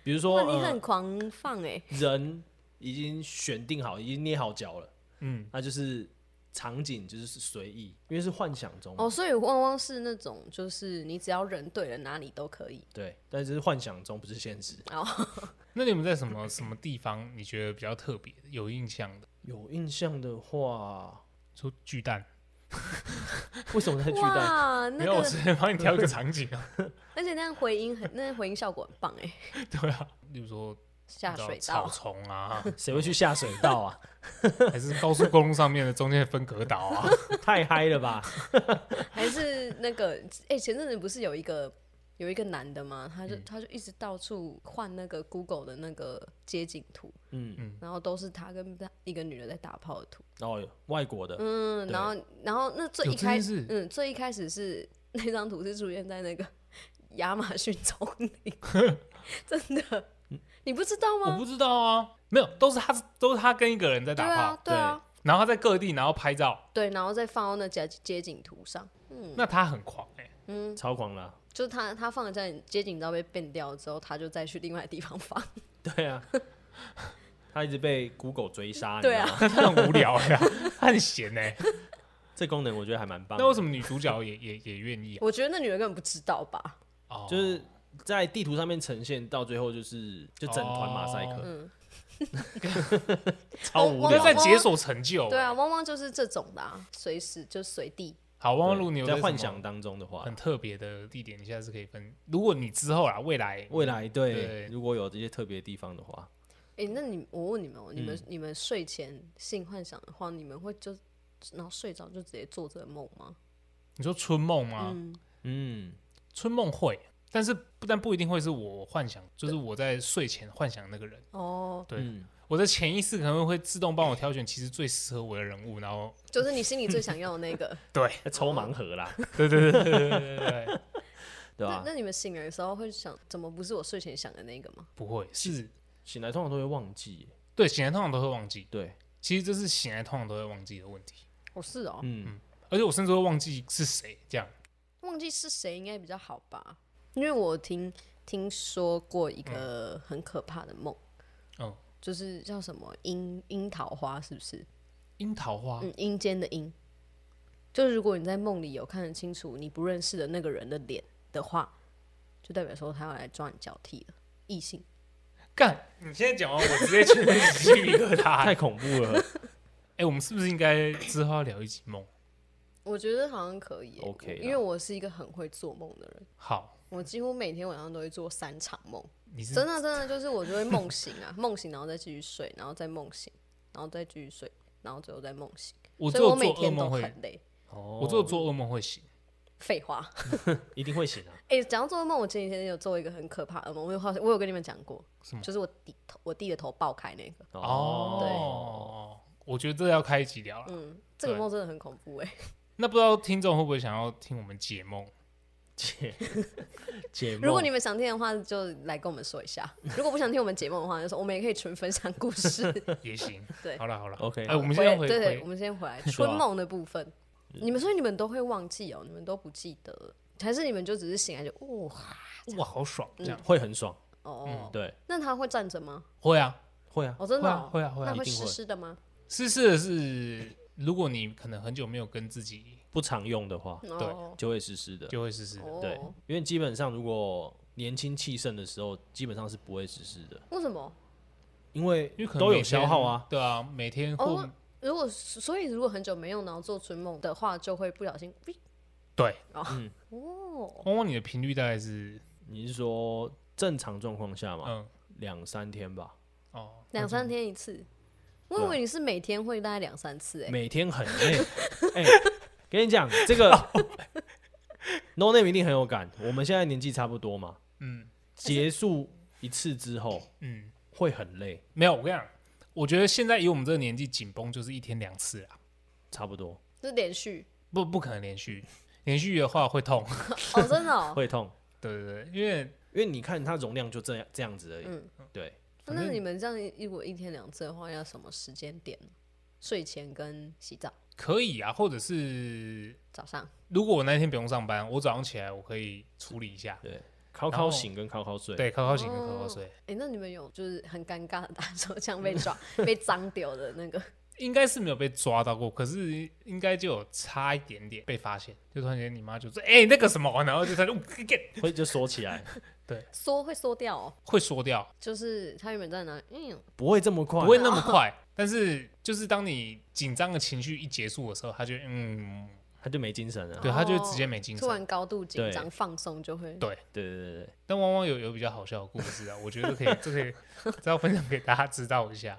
Speaker 3: 比如说
Speaker 2: 哇，你很
Speaker 3: 呃，
Speaker 2: 狂放哎、
Speaker 3: 人已经选定好，已经捏好脚了，
Speaker 1: 嗯，
Speaker 3: 那就是场景就是随意，因为是幻想中，
Speaker 2: 哦，所以汪汪是那种，就是你只要人对了，哪里都可以。
Speaker 3: 对，但是幻想中不是现实。
Speaker 1: 那你们在什么什么地方你觉得比较特别、有印象的？
Speaker 3: 有印象的话，
Speaker 1: 说巨蛋，
Speaker 3: 为什么在巨蛋？
Speaker 2: 哇，那
Speaker 1: 没有，我
Speaker 2: 个，
Speaker 1: 直接帮你挑一个场景啊。
Speaker 2: 而且那样回音很，那回音效果很棒哎、
Speaker 1: 对啊，例如说
Speaker 2: 下
Speaker 1: 你知道
Speaker 2: 水
Speaker 1: 草
Speaker 2: 道，
Speaker 1: 丛啊，
Speaker 3: 谁会去下水道 啊？
Speaker 1: 还是高速公路上面的中间的分隔岛 啊？
Speaker 3: 太嗨了吧！
Speaker 2: 还是那个，哎、前阵子不是有一个有一个男的吗？他
Speaker 1: 嗯
Speaker 2: 就、他就一直到处换那个 Google 的那个街景图，
Speaker 3: 嗯，
Speaker 2: 然后都是他跟一个女的在打炮的图。
Speaker 3: 然后哦外国的，
Speaker 2: 嗯，
Speaker 3: 对
Speaker 2: 然后然后那最
Speaker 1: 有
Speaker 2: 一
Speaker 1: 这
Speaker 2: 开
Speaker 1: 件事
Speaker 2: 嗯，最一开始是 那张图是出现在那个 亚马逊丛林， 真的，你不知道
Speaker 1: 我
Speaker 2: 吗？
Speaker 1: 不知道啊，没有，都是他，都是他跟一个人在
Speaker 2: 对
Speaker 1: 嗯打炮
Speaker 2: 啊，，对啊，
Speaker 1: 然后他在各地然后拍照，
Speaker 2: 对，然后再放到那街街景图上，
Speaker 1: 那他很狂哎、
Speaker 2: 嗯，
Speaker 3: 超狂啦！
Speaker 2: 就是他他放在街景照被变掉之后，他就再去另外地方 放，
Speaker 3: 对啊，他一直被 Google 追杀，你知
Speaker 2: 对
Speaker 3: 道吗
Speaker 2: 啊，
Speaker 1: 但他很无聊呀、 他很闲哎、
Speaker 3: 这功能我觉得还蛮棒的。
Speaker 1: 那为什么女主角也也也愿意啊？
Speaker 2: 我觉得那女的根本不知道吧，
Speaker 1: 哦
Speaker 3: 就是在地图上面呈现到最后就是就整团马赛克，
Speaker 2: 嗯，
Speaker 3: 超无
Speaker 1: 应
Speaker 2: 汪
Speaker 1: 该
Speaker 2: 汪
Speaker 3: 聊
Speaker 1: 在
Speaker 3: 的。
Speaker 1: 解锁成就、
Speaker 2: 对啊，。汪汪就是这种的、啊，随时就随地，
Speaker 1: 好，汪汪
Speaker 3: 对
Speaker 1: 路你有
Speaker 3: 在
Speaker 1: 什
Speaker 3: 幻
Speaker 1: 么
Speaker 3: 想当中啊的话
Speaker 1: 很，特别的地点，你下次可以分。如果你之后啦，未来
Speaker 3: 未来对
Speaker 1: 对
Speaker 3: 如果有这些特别地方的话，
Speaker 2: 哎、那你我问你们哦，
Speaker 1: 嗯
Speaker 2: 你们、你们睡前性幻想的话，你们会就然后睡着就直接做这个梦吗？
Speaker 1: 你说春梦吗？
Speaker 2: 嗯，
Speaker 3: 嗯，
Speaker 1: 春梦会，但是不但不一定会是我幻想，就是我在睡前幻想那个人，
Speaker 2: 哦，
Speaker 1: 对
Speaker 3: 嗯
Speaker 1: 我的潜意识可能会自动帮我挑选其实最适合我的人物，然 后
Speaker 2: 就是你心里最想要的那个。
Speaker 1: 对
Speaker 3: 在抽盲盒 啦，
Speaker 1: 对对对对对对对对，
Speaker 3: 对啊
Speaker 2: 那
Speaker 3: 吧？
Speaker 2: 那你们醒来的时候会想，怎么不是我睡前想的那个吗？
Speaker 1: 不会是
Speaker 3: 醒来通常都会忘记，
Speaker 1: 对醒来通常都会忘记，
Speaker 3: 对，
Speaker 1: 其实这是醒来通常都会忘记的问题，
Speaker 2: 哦，是哦，
Speaker 3: 嗯，
Speaker 1: 而且我甚至会忘记是谁这样。
Speaker 2: 忘记是谁应该比较好吧？因为我听听说过一
Speaker 3: 嗯
Speaker 2: 个很可怕的梦，
Speaker 1: 嗯，
Speaker 3: 哦
Speaker 2: 就是叫什么樱樱桃花，是不是？
Speaker 1: 樱桃
Speaker 3: 哦
Speaker 1: 花，
Speaker 2: 嗯，阴间的阴。就是如果你在梦里有看得清楚你不认识的那个人的脸的话，就代表说他要来抓你交替了，异性。
Speaker 1: 干！你现在讲完，我直接全身起鸡皮疙 瘩。
Speaker 3: 太
Speaker 1: 哎、
Speaker 3: 恐怖 了。
Speaker 1: 我们是不是应该之后要聊一集梦？
Speaker 2: 我觉得好像可以耶
Speaker 3: OK 啦
Speaker 2: 因为我是一个很会做梦的人，
Speaker 1: 好，
Speaker 2: 我几乎每天晚上都会做三场梦，
Speaker 1: 你是
Speaker 2: 真的真的就是我就会梦醒啊， 梦醒然后再继续睡，然后再梦醒，然后再继续睡，然后最后再梦醒，
Speaker 1: 我只
Speaker 2: 所以
Speaker 1: 有
Speaker 2: 我
Speaker 1: 做
Speaker 2: 每
Speaker 1: 噩
Speaker 2: 天都
Speaker 1: 梦会
Speaker 2: 很累。
Speaker 3: 哦，
Speaker 1: 我只有做噩梦会醒。
Speaker 2: 废话，
Speaker 3: 一定会醒啊，
Speaker 2: 哎、讲到做噩梦，我前几天有做一个很可怕的噩梦，我有话，我有跟你们讲过
Speaker 1: 什么，
Speaker 2: 就是我弟头我弟的头爆开那个，
Speaker 1: 哦，我觉得这要开一集聊了。
Speaker 2: 嗯，这个梦真的很恐怖哎、
Speaker 1: 那不知道听众会不会想要听我们解梦？
Speaker 3: 解解梦。
Speaker 2: 如果你们想听的话，就来跟我们说一下；如果不想听我们节目的话，就说我们也可以纯分享故事。
Speaker 1: 也行。
Speaker 2: 对
Speaker 1: 好了好了
Speaker 3: OK
Speaker 1: 哎，我们现在回
Speaker 2: 对对，我
Speaker 1: 回嗯
Speaker 2: 们 先回来
Speaker 3: 说啊
Speaker 2: 春梦的部分。你们所以你们都会忘记哦，你们都不记得，还是你们就只是醒来就哦
Speaker 1: 哇，好爽！
Speaker 2: 嗯
Speaker 1: 这样
Speaker 3: 会很爽，
Speaker 2: 哦？
Speaker 1: 嗯
Speaker 3: 对，
Speaker 2: 那他会站着吗？
Speaker 1: 会啊
Speaker 3: 会啊，
Speaker 2: 哦，真
Speaker 1: 会
Speaker 2: 的
Speaker 1: 啊
Speaker 2: 哦，
Speaker 1: 会啊会啊
Speaker 2: 那。会
Speaker 3: 一定
Speaker 2: 湿
Speaker 3: 会
Speaker 2: 湿的吗？
Speaker 1: 是是是，如果你可能很久没有跟自己，
Speaker 3: 不常用的话
Speaker 2: 哦，
Speaker 3: 就会湿湿的，
Speaker 1: 就会是是的。
Speaker 3: 对
Speaker 2: 哦，，
Speaker 3: 因为基本上如果年轻气盛的时候，基本上是不会湿湿的，
Speaker 2: 为什么？
Speaker 3: 因为
Speaker 1: 因为可能
Speaker 3: 都
Speaker 1: 每
Speaker 3: 有
Speaker 1: 天
Speaker 3: 消耗啊，。
Speaker 1: 对啊，每天
Speaker 2: 哦
Speaker 1: 或
Speaker 2: 如果所以如果很久没用，然后做春梦的话，就会不小
Speaker 1: 哦
Speaker 2: 心。喂
Speaker 1: 对，
Speaker 3: 嗯
Speaker 2: 哦，
Speaker 1: 汪汪，你的频率大概是
Speaker 3: 你是说正常状况下嘛，
Speaker 1: 嗯
Speaker 3: 两三天吧，
Speaker 1: 哦，
Speaker 2: 两三天一次。我以为你是每天会大概两三次哎、
Speaker 3: 每天很 累。哎，跟你讲这个，No Name 一定很有感。我们现在年纪差不多嘛，
Speaker 1: 嗯
Speaker 3: 结束一次之后
Speaker 1: 嗯，
Speaker 3: 会很累，
Speaker 1: 没有。我跟你讲，我觉得现在以我们这个年纪，紧绷就是一天两次啊，
Speaker 3: 差不多
Speaker 2: 就是连 续
Speaker 1: 不不可能连续，连续的话会痛。
Speaker 2: 哦，真的哦。
Speaker 3: 会痛，
Speaker 1: 对对对，因为
Speaker 3: 因为你看它容量就这样这样子而已。
Speaker 2: 嗯
Speaker 3: 对，
Speaker 2: 那你们这样一如果一天两次的话，要什么时间点呢？睡前跟洗澡，
Speaker 1: 可以啊，或者是
Speaker 2: 早上
Speaker 1: 如果我那天不用上班，我早上起来我可以处理一下。
Speaker 3: 考
Speaker 1: 然后
Speaker 3: 考醒跟考考睡，
Speaker 1: 对，靠靠醒跟靠靠睡，
Speaker 2: 哎、那你们有就是很尴尬的打手枪被抓、 被脏丢的那个？
Speaker 1: 应该是没有被抓到过，可是应该就有差一点点被发现，就突然间你妈就说：“哎、那个什么”，然后就他嗯就
Speaker 3: 会就缩起来，
Speaker 2: 缩会缩掉哦，
Speaker 1: 会缩掉，
Speaker 2: 就是他原本在哪里？嗯，
Speaker 3: 不会这么快，
Speaker 1: 不会那么快。但是就是当你紧张的情绪一结束的时候，他就嗯，
Speaker 3: 他就没精神了。
Speaker 1: 对，他就会直接没精
Speaker 2: 哦突
Speaker 1: 神。
Speaker 2: 然高度紧张
Speaker 3: 对
Speaker 2: 放松就会
Speaker 1: 对
Speaker 3: 对对对对，
Speaker 1: 但汪汪有有比较好笑的故事啊，我觉得可以，这可以， 这要分享给大家知道一下。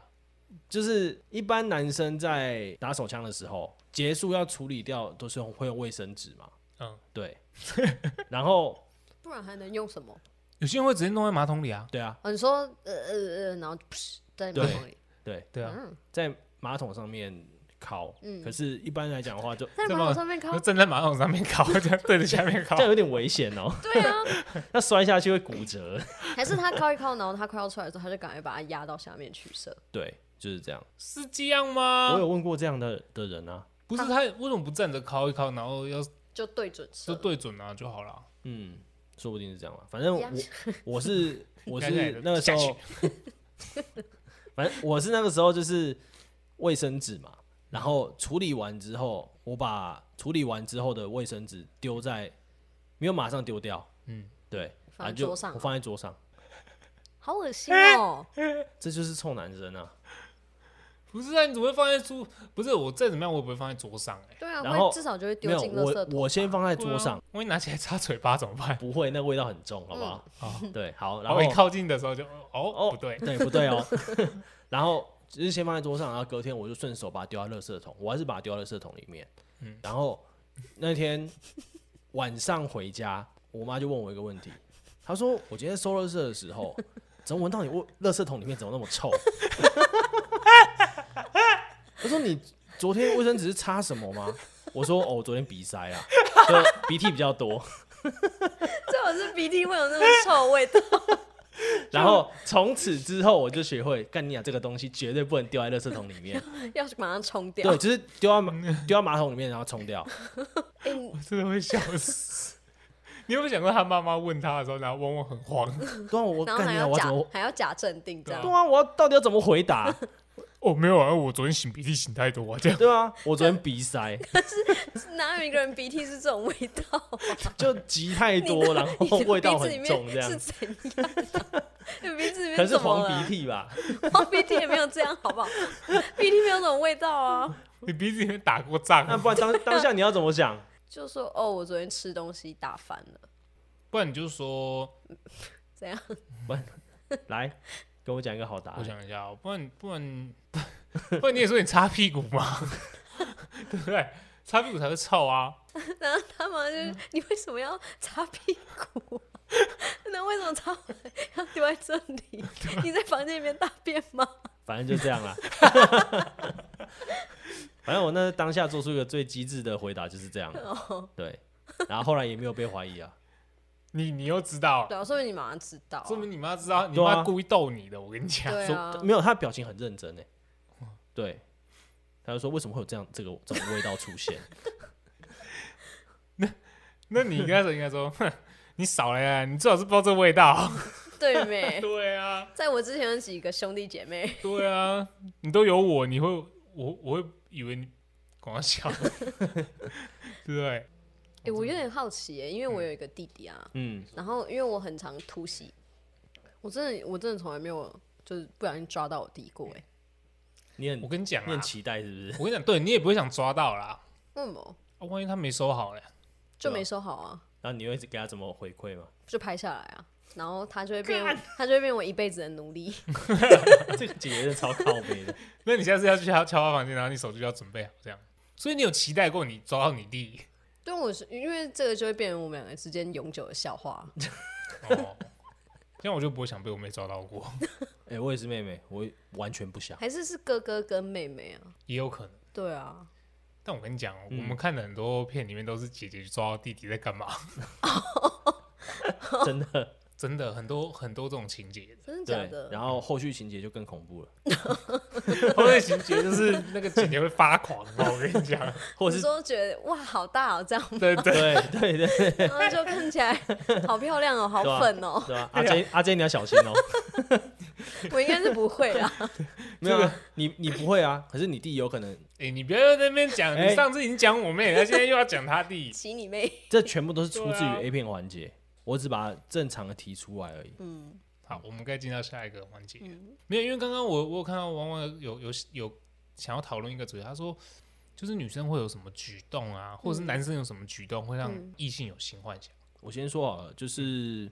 Speaker 3: 就是一般男生在打手枪的时候，结束要处理掉都是用会用卫生纸嘛，
Speaker 1: 嗯，
Speaker 3: 对，然后
Speaker 2: 不然还能用什么？
Speaker 1: 有些人会直接弄在马桶里啊，
Speaker 3: 对啊
Speaker 2: 哦，你说呃呃呃，然后噗在马
Speaker 3: 对
Speaker 2: 桶里，
Speaker 3: 对，
Speaker 1: 对啊，
Speaker 2: 嗯，
Speaker 3: 在马桶上面烤，
Speaker 2: 嗯
Speaker 3: 可是一般来讲的话就，
Speaker 2: 在
Speaker 1: 这
Speaker 2: 马
Speaker 1: 么
Speaker 2: 桶上面靠
Speaker 1: 就，站在马桶上面烤，这样 对着下面烤
Speaker 3: 这。样有点危险哦、
Speaker 2: 对啊，
Speaker 3: 那摔下去会骨折。
Speaker 2: 还是他靠一靠，然后他快要出来的时候，他就赶快把它压到下面去射。
Speaker 3: 对，就是这样。
Speaker 1: 是这样吗？
Speaker 3: 我有问过这样的的人啊，
Speaker 1: 不是他为什么不站着敲一敲，然后要
Speaker 2: 就对准
Speaker 1: 就
Speaker 2: 射，
Speaker 1: 对准啊就好了。
Speaker 3: 嗯，说不定是这样吧。反正我
Speaker 2: 压下
Speaker 3: 我是我
Speaker 1: 压下来
Speaker 3: 是
Speaker 1: 的
Speaker 3: 那个时
Speaker 1: 下
Speaker 3: 候，反正我是那个时候就是卫生纸嘛，然后处理完之后，我把处理完之后的卫生纸丢在，没有马上丢掉，
Speaker 1: 嗯，
Speaker 3: 对，
Speaker 2: 放
Speaker 3: 啊
Speaker 2: 在
Speaker 3: 就
Speaker 2: 桌上
Speaker 3: 我放在桌上，
Speaker 2: 好恶心 哦！
Speaker 3: 这就是臭男人啊。
Speaker 1: 不是啊，你怎么会放在桌？不是我再怎么样，我也不会放在桌上哎、
Speaker 2: 对啊，
Speaker 3: 然后
Speaker 2: 会至少就会
Speaker 3: 没
Speaker 2: 丢
Speaker 3: 有
Speaker 2: 进垃圾
Speaker 3: 我
Speaker 2: 桶吧。啊
Speaker 3: 我先放在
Speaker 1: 在
Speaker 3: 桌上，
Speaker 1: 啊万一拿起来擦嘴巴怎么办？
Speaker 3: 不会，那个味道很重，好不好？
Speaker 1: 啊，
Speaker 3: 对，好，然
Speaker 1: 然
Speaker 3: 后
Speaker 1: 后一靠近的时候就哦
Speaker 3: 哦
Speaker 1: 不对，
Speaker 3: 对，不对哦。 然后只是先放在桌上，然后隔天我就顺手把它丢到垃圾桶，我还是把它丢到垃圾桶里面。
Speaker 1: 嗯
Speaker 3: 然后那天晚上回家，我妈就问我一个问题，她说：“我今天收垃圾的时候，怎么闻到你垃垃圾桶里面怎么那么臭？” 她说：“你昨天卫生纸是擦什么吗？”我说：“哦，我昨天鼻塞啊，就鼻涕比较多。”
Speaker 2: 最好是鼻涕会有那种臭味 道。
Speaker 3: 然后从此之后，我就学会干你啊，这个东西绝对不能丢在垃圾桶里面。
Speaker 2: 要马上冲掉。
Speaker 3: 对，就是丢到马 丢到马桶里面，然后冲 掉。
Speaker 2: 哎、你
Speaker 1: 我真的会笑死。 你有没有想过他妈妈问他的时候，然后汪汪很慌？
Speaker 3: 对啊，我
Speaker 2: 然后
Speaker 3: 干
Speaker 2: 还
Speaker 3: 你啊，
Speaker 2: 要
Speaker 3: 我要
Speaker 2: 假
Speaker 3: 怎么？
Speaker 2: 还要假镇定这样
Speaker 3: 对。啊，我要到底要怎么回答？
Speaker 1: 哦，没有啊，我昨天擤鼻涕擤太多啊，这样
Speaker 3: 对啊，我昨天鼻塞，
Speaker 2: 哪有一个人鼻涕是这种味道、 啊？
Speaker 3: 就集太多，然
Speaker 2: 你
Speaker 3: 后
Speaker 2: 的
Speaker 3: 味道
Speaker 2: 鼻子里
Speaker 3: 很
Speaker 2: 面
Speaker 3: 重，这样
Speaker 2: 是。怎样、啊？你 鼻子里面
Speaker 3: 可能是
Speaker 2: 怎么
Speaker 3: 黄
Speaker 2: 了
Speaker 3: 鼻 涕吧？
Speaker 2: 黄鼻涕也没有这样，好不好？ 鼻涕没有那种味道啊。
Speaker 1: 你鼻子里面打过
Speaker 3: 那
Speaker 1: 仗，啊
Speaker 3: 不然当当下你要怎么讲？
Speaker 2: 就说哦，我昨天吃东西打翻了，
Speaker 1: 不然你就说，
Speaker 2: 这样
Speaker 3: 来，跟我讲一个好答
Speaker 1: 我
Speaker 3: 案。
Speaker 1: 想一下 哦，不然不然 不然你也说你擦屁股嘛，对不对？擦屁股才会臭啊！
Speaker 2: 然后他们就是、
Speaker 3: 嗯
Speaker 2: 你为什么要擦屁股、 啊？那为什么擦完要丢在这里？ 你在房间里面大便吗？
Speaker 3: 反正就这样 啦。反正我那当下做出一个最机智的回答就 是这样，
Speaker 2: 哦，
Speaker 3: 对。然后后来也没有被怀疑啊，
Speaker 1: 你你又知道，
Speaker 2: 对啊，说明你马上知道啊、
Speaker 1: 说明你妈知道，你
Speaker 3: 对啊
Speaker 1: 妈故意逗你的。我跟你讲，
Speaker 2: 对啊
Speaker 3: 说，没有，他的表情很认真哎，对。他就说为什么会有这样这个这种味道出现？
Speaker 1: 那你应该说应该说，哼，你少来啊！你最好是不知道这味道。
Speaker 2: 对 没？
Speaker 1: 对啊，
Speaker 2: 在我之前有几个兄弟姐妹，
Speaker 1: 对啊，你都有我，你会我我会以为你光笑，对不 对？
Speaker 2: 哎、我有点好奇耶，因为我有一个弟弟啊，
Speaker 3: 嗯，
Speaker 2: 然后因为我很常突袭，我真的我真的从来没有就是不小心抓到我弟过哎，
Speaker 3: 你很
Speaker 1: 我跟你讲
Speaker 3: 你
Speaker 1: 啊
Speaker 3: 很，期待是不是？
Speaker 1: 我跟你讲，对你也不会想抓到啦。
Speaker 2: 为什么
Speaker 1: 啊万一他没收好嘞，
Speaker 2: 就没收好啊？
Speaker 3: 然后你会给他怎么回馈吗？
Speaker 2: 就拍下来啊，然后他就会变，他就会变我一辈子的奴隶。
Speaker 3: 这个姐姐是超靠背的，
Speaker 1: 那你下次要去敲敲他房间，然后你手机要准备好这样。所以你有期待过你抓到你弟？
Speaker 2: 对，我是因为这个就会变成我们两个之间永久的笑话。
Speaker 1: 哦，这样我就不会想被我妹抓到过，
Speaker 3: 哎，我也是妹妹，我完全不 想。
Speaker 2: 还是是哥哥跟妹妹啊？
Speaker 1: 也有可能。
Speaker 2: 对啊，
Speaker 1: 但我跟你讲，哦我们看的很多片里面都是姐姐去抓到弟弟在干嘛，
Speaker 3: 真的，
Speaker 1: 真的很多很多这种情 节的。
Speaker 2: 真的假
Speaker 3: 对。
Speaker 2: 的？
Speaker 3: 然后后续情节就更恐怖了，
Speaker 1: 后面哦情节就是那个姐姐会发狂，我跟你讲，
Speaker 3: 或
Speaker 2: 你
Speaker 3: 是
Speaker 2: 说觉得哇好大哦，这样，
Speaker 1: 对对，
Speaker 3: 对对对对
Speaker 2: 然后就看起来好漂亮哦，好
Speaker 3: 对啊
Speaker 2: 粉哦。
Speaker 3: 吧？阿 J 阿 J 你要小心哦。
Speaker 2: 我应该是不会啦，
Speaker 3: 没有啊，你你不会啊，可是你弟有可能，
Speaker 1: 哎、你不要在那边讲，
Speaker 3: 哎
Speaker 1: 你上次已经讲我妹了，现在又要讲她弟，
Speaker 2: 洗你妹！
Speaker 3: 这全部都是出自
Speaker 1: 对
Speaker 3: 于
Speaker 1: 啊
Speaker 3: A 片环节，我只把它正常的提出来而已。
Speaker 2: 嗯，
Speaker 1: 好，我们该进到下一个环节。
Speaker 2: 嗯
Speaker 1: 没有，因为刚刚我我有看到汪汪有有有想要讨论一个主题，他说就是女生会有什么举动啊，或者是男生有什么举动会让
Speaker 2: 嗯
Speaker 1: 异性有性幻想？
Speaker 3: 我先说好了，就是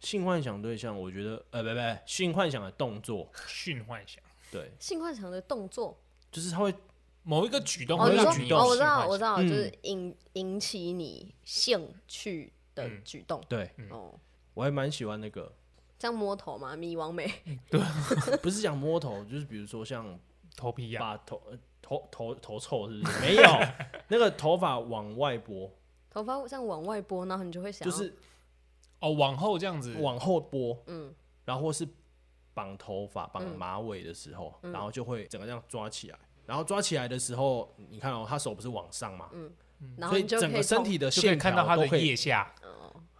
Speaker 3: 性幻想对象，我觉得呃，不不，性幻想的动作，
Speaker 1: 性幻想，
Speaker 3: 对，
Speaker 2: 性幻想的动作
Speaker 3: 就是他会
Speaker 1: 某一个举动
Speaker 2: 哦，
Speaker 1: 会
Speaker 2: 你
Speaker 1: 让
Speaker 2: 说
Speaker 1: 你有
Speaker 2: 哦，我知
Speaker 1: 性
Speaker 2: 道，
Speaker 1: 幻想。
Speaker 2: 我知道，
Speaker 3: 嗯
Speaker 2: 就是引引起你兴趣的
Speaker 1: 嗯
Speaker 2: 举动
Speaker 3: 对
Speaker 1: 嗯
Speaker 2: 哦，
Speaker 3: 我还蛮喜欢那个，
Speaker 2: 这样摸头嘛，迷王美，
Speaker 3: 不是讲摸头，就是比如说像
Speaker 1: 头皮痒，
Speaker 3: 把头呃头头头臭是不是？没有， 那个头发往外拨，
Speaker 2: 头发这样往外拨，然后你就会想
Speaker 3: 就
Speaker 2: 要，
Speaker 3: 是
Speaker 1: 哦，往后这样子，
Speaker 3: 往后拨，
Speaker 2: 嗯
Speaker 3: 然后或是绑头发、绑马尾的时候，
Speaker 2: 嗯
Speaker 3: 然后就会整个这样抓起来。然后抓起来的时候，你看哦，他手不是往上嘛，
Speaker 2: 嗯然后
Speaker 3: 所
Speaker 2: 你
Speaker 3: 以
Speaker 2: 就可
Speaker 3: 整
Speaker 2: 以
Speaker 3: 个身
Speaker 2: 从
Speaker 3: 体的
Speaker 1: 就可以
Speaker 3: 线
Speaker 1: 看到
Speaker 3: 条
Speaker 1: 她
Speaker 3: 都
Speaker 1: 的
Speaker 3: 可以，
Speaker 1: 腋下。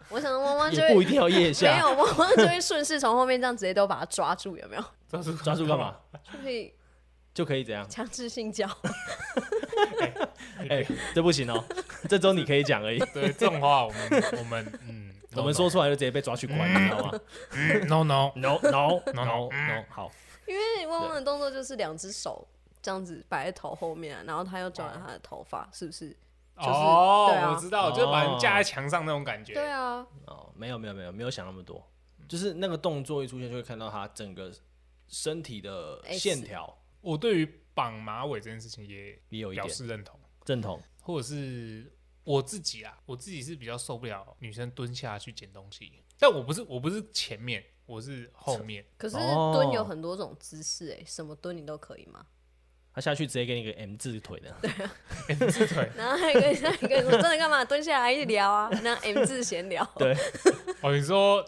Speaker 2: 我想汪汪就
Speaker 3: 也不
Speaker 2: 会
Speaker 3: 一定要腋
Speaker 2: 没
Speaker 3: 下，
Speaker 2: 有汪汪就会顺势从后面这样直接都把它抓住，有没有？
Speaker 1: 抓住
Speaker 3: 抓住干嘛？
Speaker 2: 就可以
Speaker 3: 就可以这样。
Speaker 2: 强制性交，
Speaker 3: 哎，这不 行哦，这周你可以讲而已，
Speaker 1: 对，这种话我们我们嗯，
Speaker 3: 我们说出来就直接被抓去关，你知道吗
Speaker 1: no no，
Speaker 3: 嗯 ？No No
Speaker 1: No,
Speaker 3: No 嗯
Speaker 1: no.
Speaker 3: No，好，
Speaker 2: 因为汪汪的动作就是两只手这样子摆在头后面啊、然后他又抓
Speaker 3: 哦
Speaker 2: 着他的头发，是不是？就是
Speaker 1: 哦
Speaker 2: 对，啊
Speaker 1: 我知道，就是把
Speaker 3: 哦
Speaker 1: 人架在墙上那种感觉。
Speaker 2: 对啊，
Speaker 3: 哦，没有没有没有没有想那么多，就是那个动作一出现，就会看到他整个身体的
Speaker 2: S
Speaker 3: 线条
Speaker 1: 我对于绑马尾这件事情也
Speaker 3: 也有一
Speaker 1: 表
Speaker 3: 点
Speaker 1: 示认同，
Speaker 3: 正统。
Speaker 1: 或者是我自己啊，我自己是比较受不了女生蹲下去捡东西，但我不是我不是前面，我是后 面，
Speaker 2: 可是
Speaker 3: 哦
Speaker 2: 蹲有很多种姿势，哎，什么蹲你都可以吗？
Speaker 3: 他下去直接给你个 M 字腿 的，
Speaker 1: 对，
Speaker 2: 然后还有一个，还有一个，我真的干嘛？蹲下来一起聊啊，那 M 字闲 聊。
Speaker 3: 对，
Speaker 1: 哦，你说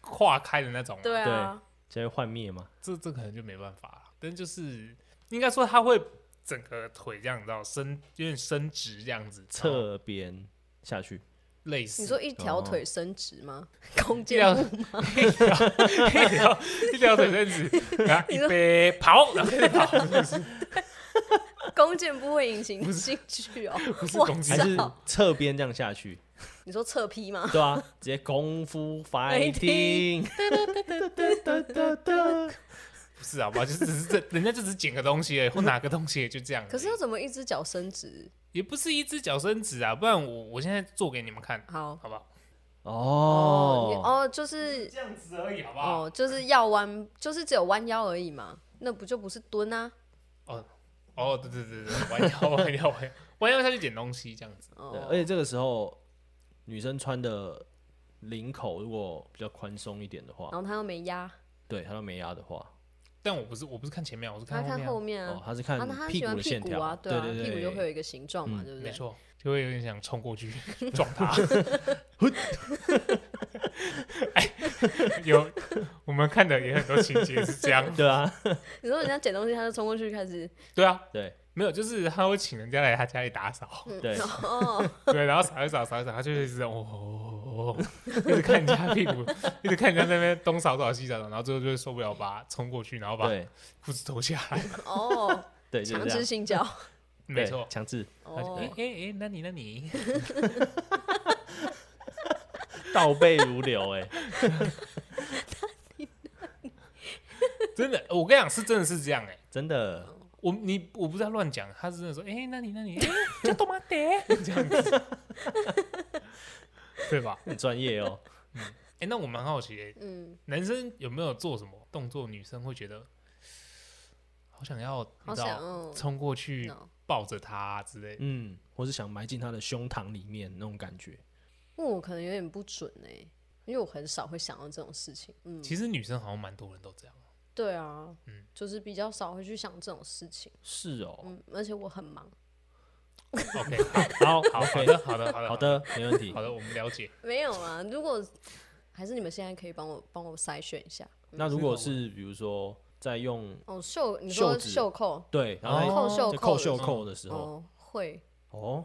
Speaker 1: 跨开的那种吗，
Speaker 2: 对啊，
Speaker 3: 直接幻灭吗？
Speaker 1: 这这可能就没办法了，但就是应该说他会整个腿这样，你知道伸有点伸直这样子，然后
Speaker 3: 侧边下去，
Speaker 1: 类似，
Speaker 2: 你说一条腿伸直吗？
Speaker 3: 哦
Speaker 2: 弓
Speaker 1: 一
Speaker 2: 箭
Speaker 1: 条
Speaker 2: 步
Speaker 1: 一条一条腿伸直，然后一杯跑，然后开始跑，
Speaker 2: 弓箭步会引起兴趣 哦。
Speaker 1: 不是
Speaker 2: 我
Speaker 1: 攻击
Speaker 3: 还是
Speaker 2: 知道
Speaker 3: 侧边这样下去？
Speaker 2: 你说侧劈吗？
Speaker 3: 对啊，直接功夫 fighting，
Speaker 1: 不是好不好？就只是这人家就只是捡个东西而已，或拿个东西而已就这样而已。
Speaker 2: 可是要怎么一只脚伸直？
Speaker 1: 也不是一只脚伸直啊，不然我我现在做给你们看，
Speaker 2: 好
Speaker 1: 好不好？
Speaker 2: 哦
Speaker 3: 哦，
Speaker 2: 哦，就是
Speaker 1: 这样子而已，好不
Speaker 2: 哦，就是要弯，就是只有弯腰而已嘛，那不就不是蹲啊？
Speaker 1: 哦，哦，对对对对，弯腰弯腰弯腰弯腰下去捡东西这样子。
Speaker 3: 对，
Speaker 2: 哦
Speaker 3: 而，且这个时候女生穿的领口如果比较宽松一点的话
Speaker 2: 然，后他又没压，
Speaker 3: 对她都没压的话，
Speaker 1: 但我不是我不是看前面啊，我是
Speaker 2: 他
Speaker 1: 后
Speaker 2: 看
Speaker 1: 面
Speaker 2: 后
Speaker 1: 啊。
Speaker 2: 面
Speaker 3: 哦
Speaker 2: 啊，，
Speaker 3: 她是
Speaker 2: 啊
Speaker 3: 看
Speaker 2: 那他
Speaker 3: 屁
Speaker 2: 喜
Speaker 3: 股
Speaker 2: 欢
Speaker 3: 的
Speaker 2: 屁
Speaker 3: 线
Speaker 2: 股
Speaker 3: 条，
Speaker 2: 啊，
Speaker 3: 对
Speaker 2: 啊，
Speaker 3: 对对，
Speaker 2: 屁股就会有一个形状嘛，
Speaker 3: 嗯
Speaker 2: 对不
Speaker 1: 没
Speaker 2: 对？
Speaker 1: 错，就会有点想冲过去撞他。 哎， 有我们看的也很多情节是这样。
Speaker 3: 对啊，
Speaker 2: 你说人家捡东西，他就冲过去开始，
Speaker 1: 对啊，
Speaker 3: 对，
Speaker 1: 没有，就是他会请人家来他家里打扫，
Speaker 2: 嗯
Speaker 3: 对
Speaker 2: 哦，
Speaker 1: 对，然后扫一扫，扫一扫，他就会一直哦哦，哦哦一直看人家屁股，一直看人家在那边东扫扫西扫扫，然后最后就受不了，把他冲过去，然后把
Speaker 3: 对
Speaker 1: 裤子脱下来。
Speaker 2: 哦，
Speaker 3: 对，就是
Speaker 2: 强
Speaker 3: 这样
Speaker 2: 制性交，
Speaker 3: 对
Speaker 1: 没错，
Speaker 3: 强制
Speaker 1: 他就哎
Speaker 2: 哦，
Speaker 1: 哎哎，那你那你，
Speaker 3: 倒背如流，哎，
Speaker 1: 真的，我跟你讲，是真的是这样哎、
Speaker 3: 真的，
Speaker 2: 哦
Speaker 1: 我你我不是在乱讲，他是真的说，哎、那你那你，哎、叫多玛德 这样子，对吧？
Speaker 3: 很专业哦。
Speaker 1: 哎、那我蛮好奇、欸，
Speaker 2: 嗯，
Speaker 1: 男生有没有做什么动作，女生会觉得好想要，你
Speaker 2: 好
Speaker 1: 知
Speaker 2: 想
Speaker 1: 道，
Speaker 2: 哦，
Speaker 1: 冲过去
Speaker 2: 哦
Speaker 1: 抱着他、之类的？
Speaker 3: 嗯，或是想埋进他的胸膛里面那种感觉。
Speaker 2: 问我可能有点不准哎、因为我很少会想到这种事情。嗯，
Speaker 1: 其实女生好像蛮多人都 这样，
Speaker 2: 对啊，
Speaker 1: 嗯
Speaker 2: 就是比较少会去想这种事情。
Speaker 3: 是哦，
Speaker 2: 嗯，而且我很忙，
Speaker 1: OK，
Speaker 3: 好
Speaker 1: 好
Speaker 3: 好
Speaker 1: 好的，好的，好的，
Speaker 3: 好，的，没问题
Speaker 1: 好。的，我们了解。
Speaker 2: 没有啊。 如果还是你们现在可以帮我帮我筛选一下。
Speaker 3: 那如果是比如说在用
Speaker 2: 哦，袖你说
Speaker 3: 袖子
Speaker 2: 袖扣
Speaker 3: 对，然后
Speaker 2: 扣袖哦扣
Speaker 3: 在扣
Speaker 2: 的
Speaker 3: 袖
Speaker 2: 时
Speaker 3: 扣的时候，
Speaker 2: 哦，会，
Speaker 3: 哦，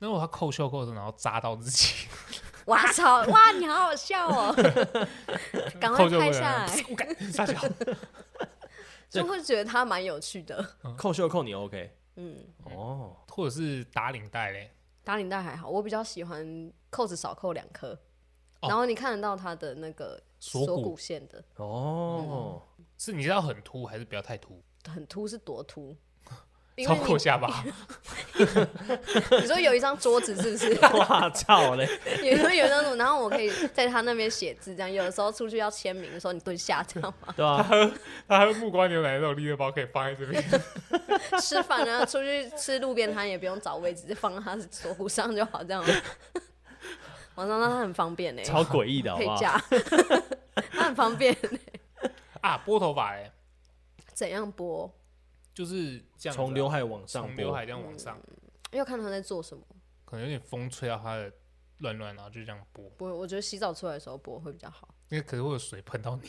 Speaker 1: 那如果他扣袖扣的，然后扎到自己，
Speaker 2: 哇操，哇你好好笑哦，赶快
Speaker 1: 扣袖
Speaker 2: 拍
Speaker 1: 扣的
Speaker 2: 下
Speaker 1: 然
Speaker 2: 来，
Speaker 1: 后，我感撒娇，
Speaker 3: 这
Speaker 2: 就会觉得他蛮有趣的。
Speaker 1: 嗯
Speaker 3: 扣袖扣你 OK
Speaker 2: 嗯，
Speaker 3: 哦，
Speaker 1: 或者是打领带嘞，
Speaker 2: 打领带还好，我比较喜欢扣子少扣两颗，
Speaker 1: 哦
Speaker 2: 然后你看得到它的那个
Speaker 1: 锁骨
Speaker 2: 骨线的
Speaker 3: 哦，
Speaker 1: 是你知道很凸还是不要太凸？
Speaker 2: 很凸是多凸。因
Speaker 1: 超
Speaker 2: 为
Speaker 1: 过
Speaker 2: 你
Speaker 1: 下巴，
Speaker 2: 你说有一张桌子是不是？
Speaker 3: 哇操嘞，
Speaker 2: 有有有那种，然后我可以在他那边写字，这样有的时候出去要签名的时候，你蹲下这样吗？
Speaker 3: 对吧？
Speaker 1: 他还有木瓜牛奶那种利乐包可以放在这边，
Speaker 2: 吃饭啊，出去吃路边摊也不用找位置，就放到他锁骨上就好，这样吗。 网上让他很方便呢、
Speaker 3: 超啊诡异的好
Speaker 2: 可
Speaker 3: 不
Speaker 2: 以
Speaker 3: 好？
Speaker 2: 加，他很方便。
Speaker 1: 啊，拨头发嘞，
Speaker 2: 怎样播？
Speaker 1: 就是这样子啊，
Speaker 3: 从刘海往上
Speaker 1: 从刘
Speaker 3: 拨
Speaker 1: 海，这样往上，
Speaker 2: 要看他在做什么。
Speaker 1: 可能有点风吹到他的乱乱，然后就这样拨，
Speaker 2: 不，我觉得洗澡出来的时候播会比较好。
Speaker 1: 因为可能会有水喷到你，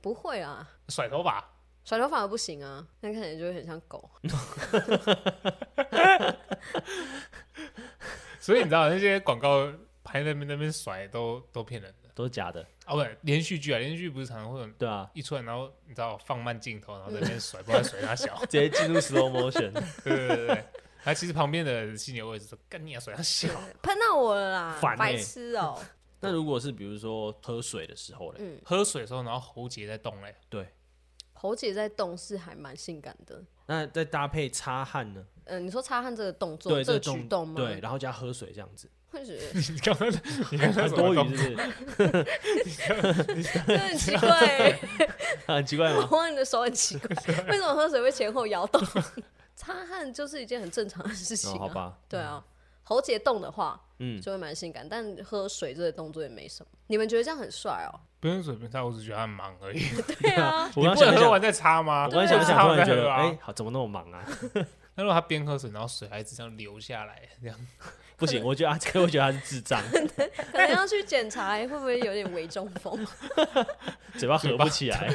Speaker 2: 不会啊，
Speaker 1: 甩头发，
Speaker 2: 甩头发不行啊，那看起来就会很像狗。
Speaker 1: 所以你知道那些广告拍那边那边甩都都骗人的
Speaker 3: 都是假的，
Speaker 1: 啊，不是连续剧啊，连续剧不是常常会有
Speaker 3: 对啊，
Speaker 1: 一出来，然后你知道放慢镜头，然后在那边甩，不知道在甩他 小，
Speaker 3: 直接进入 slow motion，
Speaker 1: 对对对对。他其实旁边的犀牛我也是说，干你啊，甩他小，
Speaker 2: 喷到我了啦，
Speaker 3: 烦欸
Speaker 2: 白痴哦、
Speaker 3: 那如果是比如说喝水的时候嘞，
Speaker 2: 嗯，
Speaker 1: 喝水的时候，然后喉结在动嘞，
Speaker 3: 对，
Speaker 2: 侯姐在动是还蛮性感的。
Speaker 3: 那再搭配擦汗呢？
Speaker 2: 嗯，你说擦汗这个动作，
Speaker 3: 对，
Speaker 2: 这个
Speaker 3: 种
Speaker 2: 举动吗？
Speaker 3: 对，，然后加喝水这样子，
Speaker 2: 会觉得
Speaker 1: 你刚刚你刚刚
Speaker 3: 很
Speaker 1: 什么
Speaker 3: 多
Speaker 1: 动
Speaker 3: 余是不是？
Speaker 2: 这很奇怪欸，
Speaker 3: 很奇怪
Speaker 2: 我
Speaker 3: 吗？
Speaker 2: 摸你的手很奇怪，为什么喝水会前后摇 动？擦汗就是一件很正常的事情
Speaker 3: 哦，
Speaker 2: 啊。
Speaker 3: 好吧，
Speaker 2: 对啊，喉结动的话
Speaker 3: 嗯，
Speaker 2: 就会蛮性感，但喝水这个动作也没什么。你们觉得这样很帅哦？
Speaker 1: 不用水喷他，我只觉得他很忙而已。
Speaker 2: 对 啊，
Speaker 3: 我
Speaker 1: 你
Speaker 3: 刚
Speaker 1: 不
Speaker 3: 想
Speaker 1: 能
Speaker 3: 一
Speaker 1: 喝
Speaker 3: 想，
Speaker 1: 完再擦吗？
Speaker 3: 我刚
Speaker 2: 对啊
Speaker 3: 想一想，突然觉
Speaker 1: 再喝
Speaker 3: 得，
Speaker 1: 啊
Speaker 3: 哎，好，怎么那么忙啊？
Speaker 1: 那如果他边喝水，然后水还一直这样流下来，这 样
Speaker 3: 不行，我觉得啊，这个我觉得他是智 障，
Speaker 2: 可能要去检查会不会有点微中风，
Speaker 3: 嘴巴合不起来，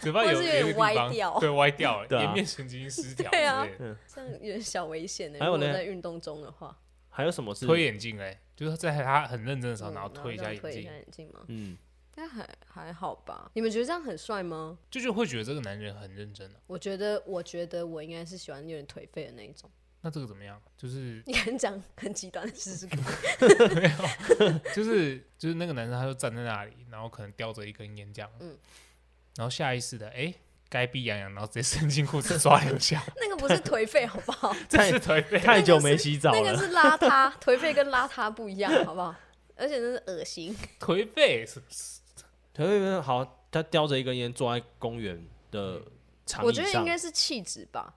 Speaker 1: 嘴巴
Speaker 2: 或
Speaker 1: 有
Speaker 2: 是有点
Speaker 1: 有一个地
Speaker 2: 歪掉
Speaker 1: 方对歪掉了，
Speaker 3: 对啊嗯
Speaker 1: 颜面神经失调之
Speaker 2: 对啊
Speaker 1: 类的，
Speaker 2: 这样有点小危险呢。
Speaker 3: 还
Speaker 2: 如
Speaker 3: 有
Speaker 2: 果
Speaker 3: 呢
Speaker 2: 在运动中的话，
Speaker 3: 还有什么是？
Speaker 1: 推眼镜哎，就是在他很认真的时候，
Speaker 2: 嗯
Speaker 1: 然后推一下眼
Speaker 2: 推一下
Speaker 1: 镜，
Speaker 2: 眼镜吗？
Speaker 3: 嗯，
Speaker 2: 应该还还好吧？你们觉得这样很帅吗？
Speaker 1: 就就会觉得这个男人很认真了。啊
Speaker 2: 我觉得，我觉得我应该是喜欢有点颓废的那一种。
Speaker 1: 那这个怎么样？就是
Speaker 2: 你敢讲很极端的 试试看？
Speaker 1: 就是就是那个男生他就站在那里，然后可能叼着一根烟这样，
Speaker 2: 嗯
Speaker 1: 然后下意识的哎。该逼痒痒，然后直接伸进裤子 抓两下，
Speaker 2: 那个不是颓废，好不好？
Speaker 1: 这是颓废。
Speaker 3: 太久没洗澡
Speaker 2: 那个
Speaker 3: 了，
Speaker 2: 是邋遢，颓废跟邋遢不一样，好不好？而且那是恶心，
Speaker 1: 颓废是
Speaker 3: 可以可以好，他叼着一根烟坐在公园的长
Speaker 2: 我
Speaker 3: 椅
Speaker 2: 觉得
Speaker 3: 上
Speaker 2: 应，该是气质吧。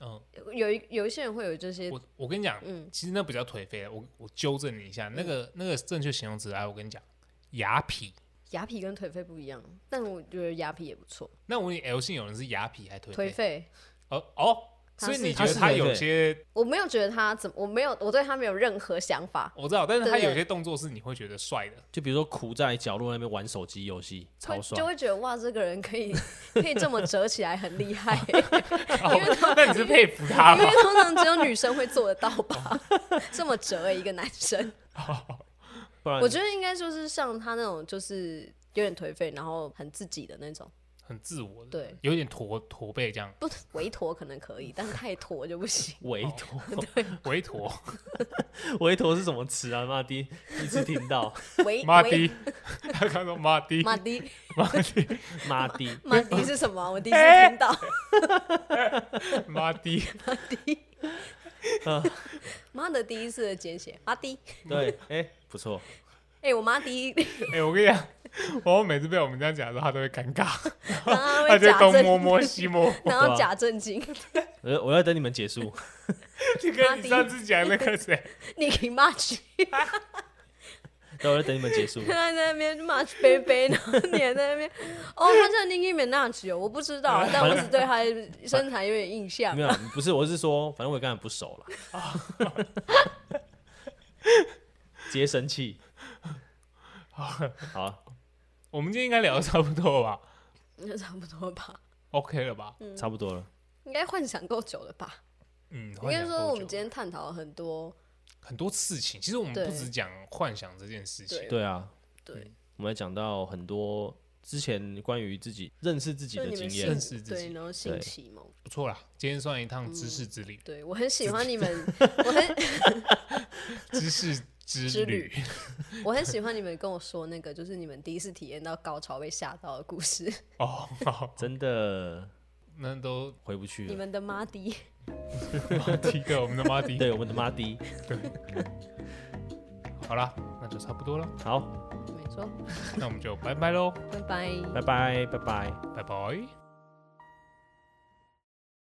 Speaker 1: 嗯，
Speaker 2: 有一有一些人会有这些，
Speaker 1: 我我跟你讲，
Speaker 2: 嗯，
Speaker 1: 其实那比较颓废。我我纠正你一下，那个那个正确形容词，哎，我跟你讲，雅痞。
Speaker 2: 牙皮跟颓废不一样，但我觉得牙皮也不错。
Speaker 1: 那我问你，L 姓有人是雅痞还颓
Speaker 2: 颓废，
Speaker 1: 哦哦，
Speaker 2: 他
Speaker 1: 所以
Speaker 2: 是
Speaker 1: 你觉
Speaker 3: 他
Speaker 1: 得
Speaker 3: 是
Speaker 1: 他
Speaker 3: 颓
Speaker 1: 有
Speaker 3: 废
Speaker 1: 些
Speaker 2: 我没有觉得他怎么，我没有，我对他没有任何想法，
Speaker 1: 我知道，但是他
Speaker 2: 对对
Speaker 1: 有些动作是你会觉得帅的。
Speaker 3: 就比如说苦在角落那边玩手机游戏，
Speaker 2: 会
Speaker 3: 超
Speaker 2: 就
Speaker 3: 爽。
Speaker 2: 会觉得哇，这个人可 以可以这么折起来，很厉害、
Speaker 1: 哦，那你是啊佩服他
Speaker 2: 因
Speaker 1: 吗？
Speaker 2: 为通常只有女生会做得到吧？这么折欸一个男 生，
Speaker 3: 不
Speaker 1: 嗯
Speaker 3: 然
Speaker 2: 我觉得应该就是像他那种，就是有点颓废，然后很自己的那种。
Speaker 1: 很自我的，
Speaker 2: 对，
Speaker 1: 有点驼驼背这样，
Speaker 2: 不微驼可能可以，但太驼就 不行。
Speaker 3: 围陀，
Speaker 1: 微驼，
Speaker 3: 围陀是什么词啊？妈第第一次听到，
Speaker 2: 维
Speaker 1: 妈
Speaker 2: 维
Speaker 1: 的，他刚说妈的，
Speaker 2: 马迪
Speaker 1: 妈的，
Speaker 3: 妈的，
Speaker 2: 马 迪是什么？我第一
Speaker 1: 哎
Speaker 2: 次听到
Speaker 1: 妈的，
Speaker 2: 妈的第一次的简写马迪。
Speaker 3: 对，哎、不错，
Speaker 2: 哎、我妈第一，
Speaker 1: 哎，我跟你讲，我每次被我们这样讲的时候，他都会尴尬，
Speaker 2: 然后
Speaker 1: 他
Speaker 2: 会
Speaker 1: 就
Speaker 2: 假
Speaker 1: 东
Speaker 2: 正
Speaker 1: 摸摸西摸，
Speaker 2: 然后假正经，
Speaker 3: 我要我要等你们结束。
Speaker 1: 就跟你上次讲那个谁，
Speaker 2: 你给骂去，
Speaker 3: 对，我要等你们结束。
Speaker 2: 他在那边骂杯杯，然后你还在那边，哦，他叫 Nicki Minaj 哦，我不知道啊， 但我只对他身材有点印象
Speaker 3: 没。有，不是，我是说，反正我也跟他不熟了。 接生气。好了，
Speaker 1: 我们今天应该聊的差不多了吧
Speaker 2: 那差不多吧，
Speaker 1: ？OK 了吧？
Speaker 2: 嗯
Speaker 3: 差不多了。
Speaker 2: 应该幻想够久了吧？
Speaker 1: 嗯，
Speaker 2: 应该说我们今
Speaker 1: 天
Speaker 2: 天探讨了很多，
Speaker 1: 很多事情，其实我们
Speaker 2: 对
Speaker 1: 不只讲幻想这件事情，
Speaker 2: 对
Speaker 3: 对啊，
Speaker 2: 对，
Speaker 3: 我们还讲到很多之前关于自己认识自己
Speaker 2: 就
Speaker 3: 的
Speaker 2: 你
Speaker 3: 经
Speaker 2: 们
Speaker 3: 验
Speaker 1: 认
Speaker 2: 性，
Speaker 1: 识自己
Speaker 2: 对，然后性
Speaker 3: 对
Speaker 2: 启蒙，
Speaker 1: 不错啦。今天算一趟知
Speaker 2: 嗯
Speaker 1: 识之旅，
Speaker 2: 对我很喜欢你们，我很
Speaker 1: 知识之
Speaker 2: 之
Speaker 1: 旅
Speaker 2: 旅。我很喜欢你们跟我说那个，就是你们第一次体验到高潮被吓到的故事，
Speaker 1: 哦，好，
Speaker 3: 真的
Speaker 1: 那都
Speaker 3: 回不去
Speaker 2: 你
Speaker 3: 了。
Speaker 2: 们的妈迪。
Speaker 1: 马蒂对我们的马蒂。
Speaker 3: 对，我们的妈迪，
Speaker 1: 好啦，那就差不多了，
Speaker 3: 好，
Speaker 2: 没错，
Speaker 1: 那我们就拜拜喽，
Speaker 2: 拜拜。
Speaker 3: 拜拜，拜拜。
Speaker 1: 拜拜。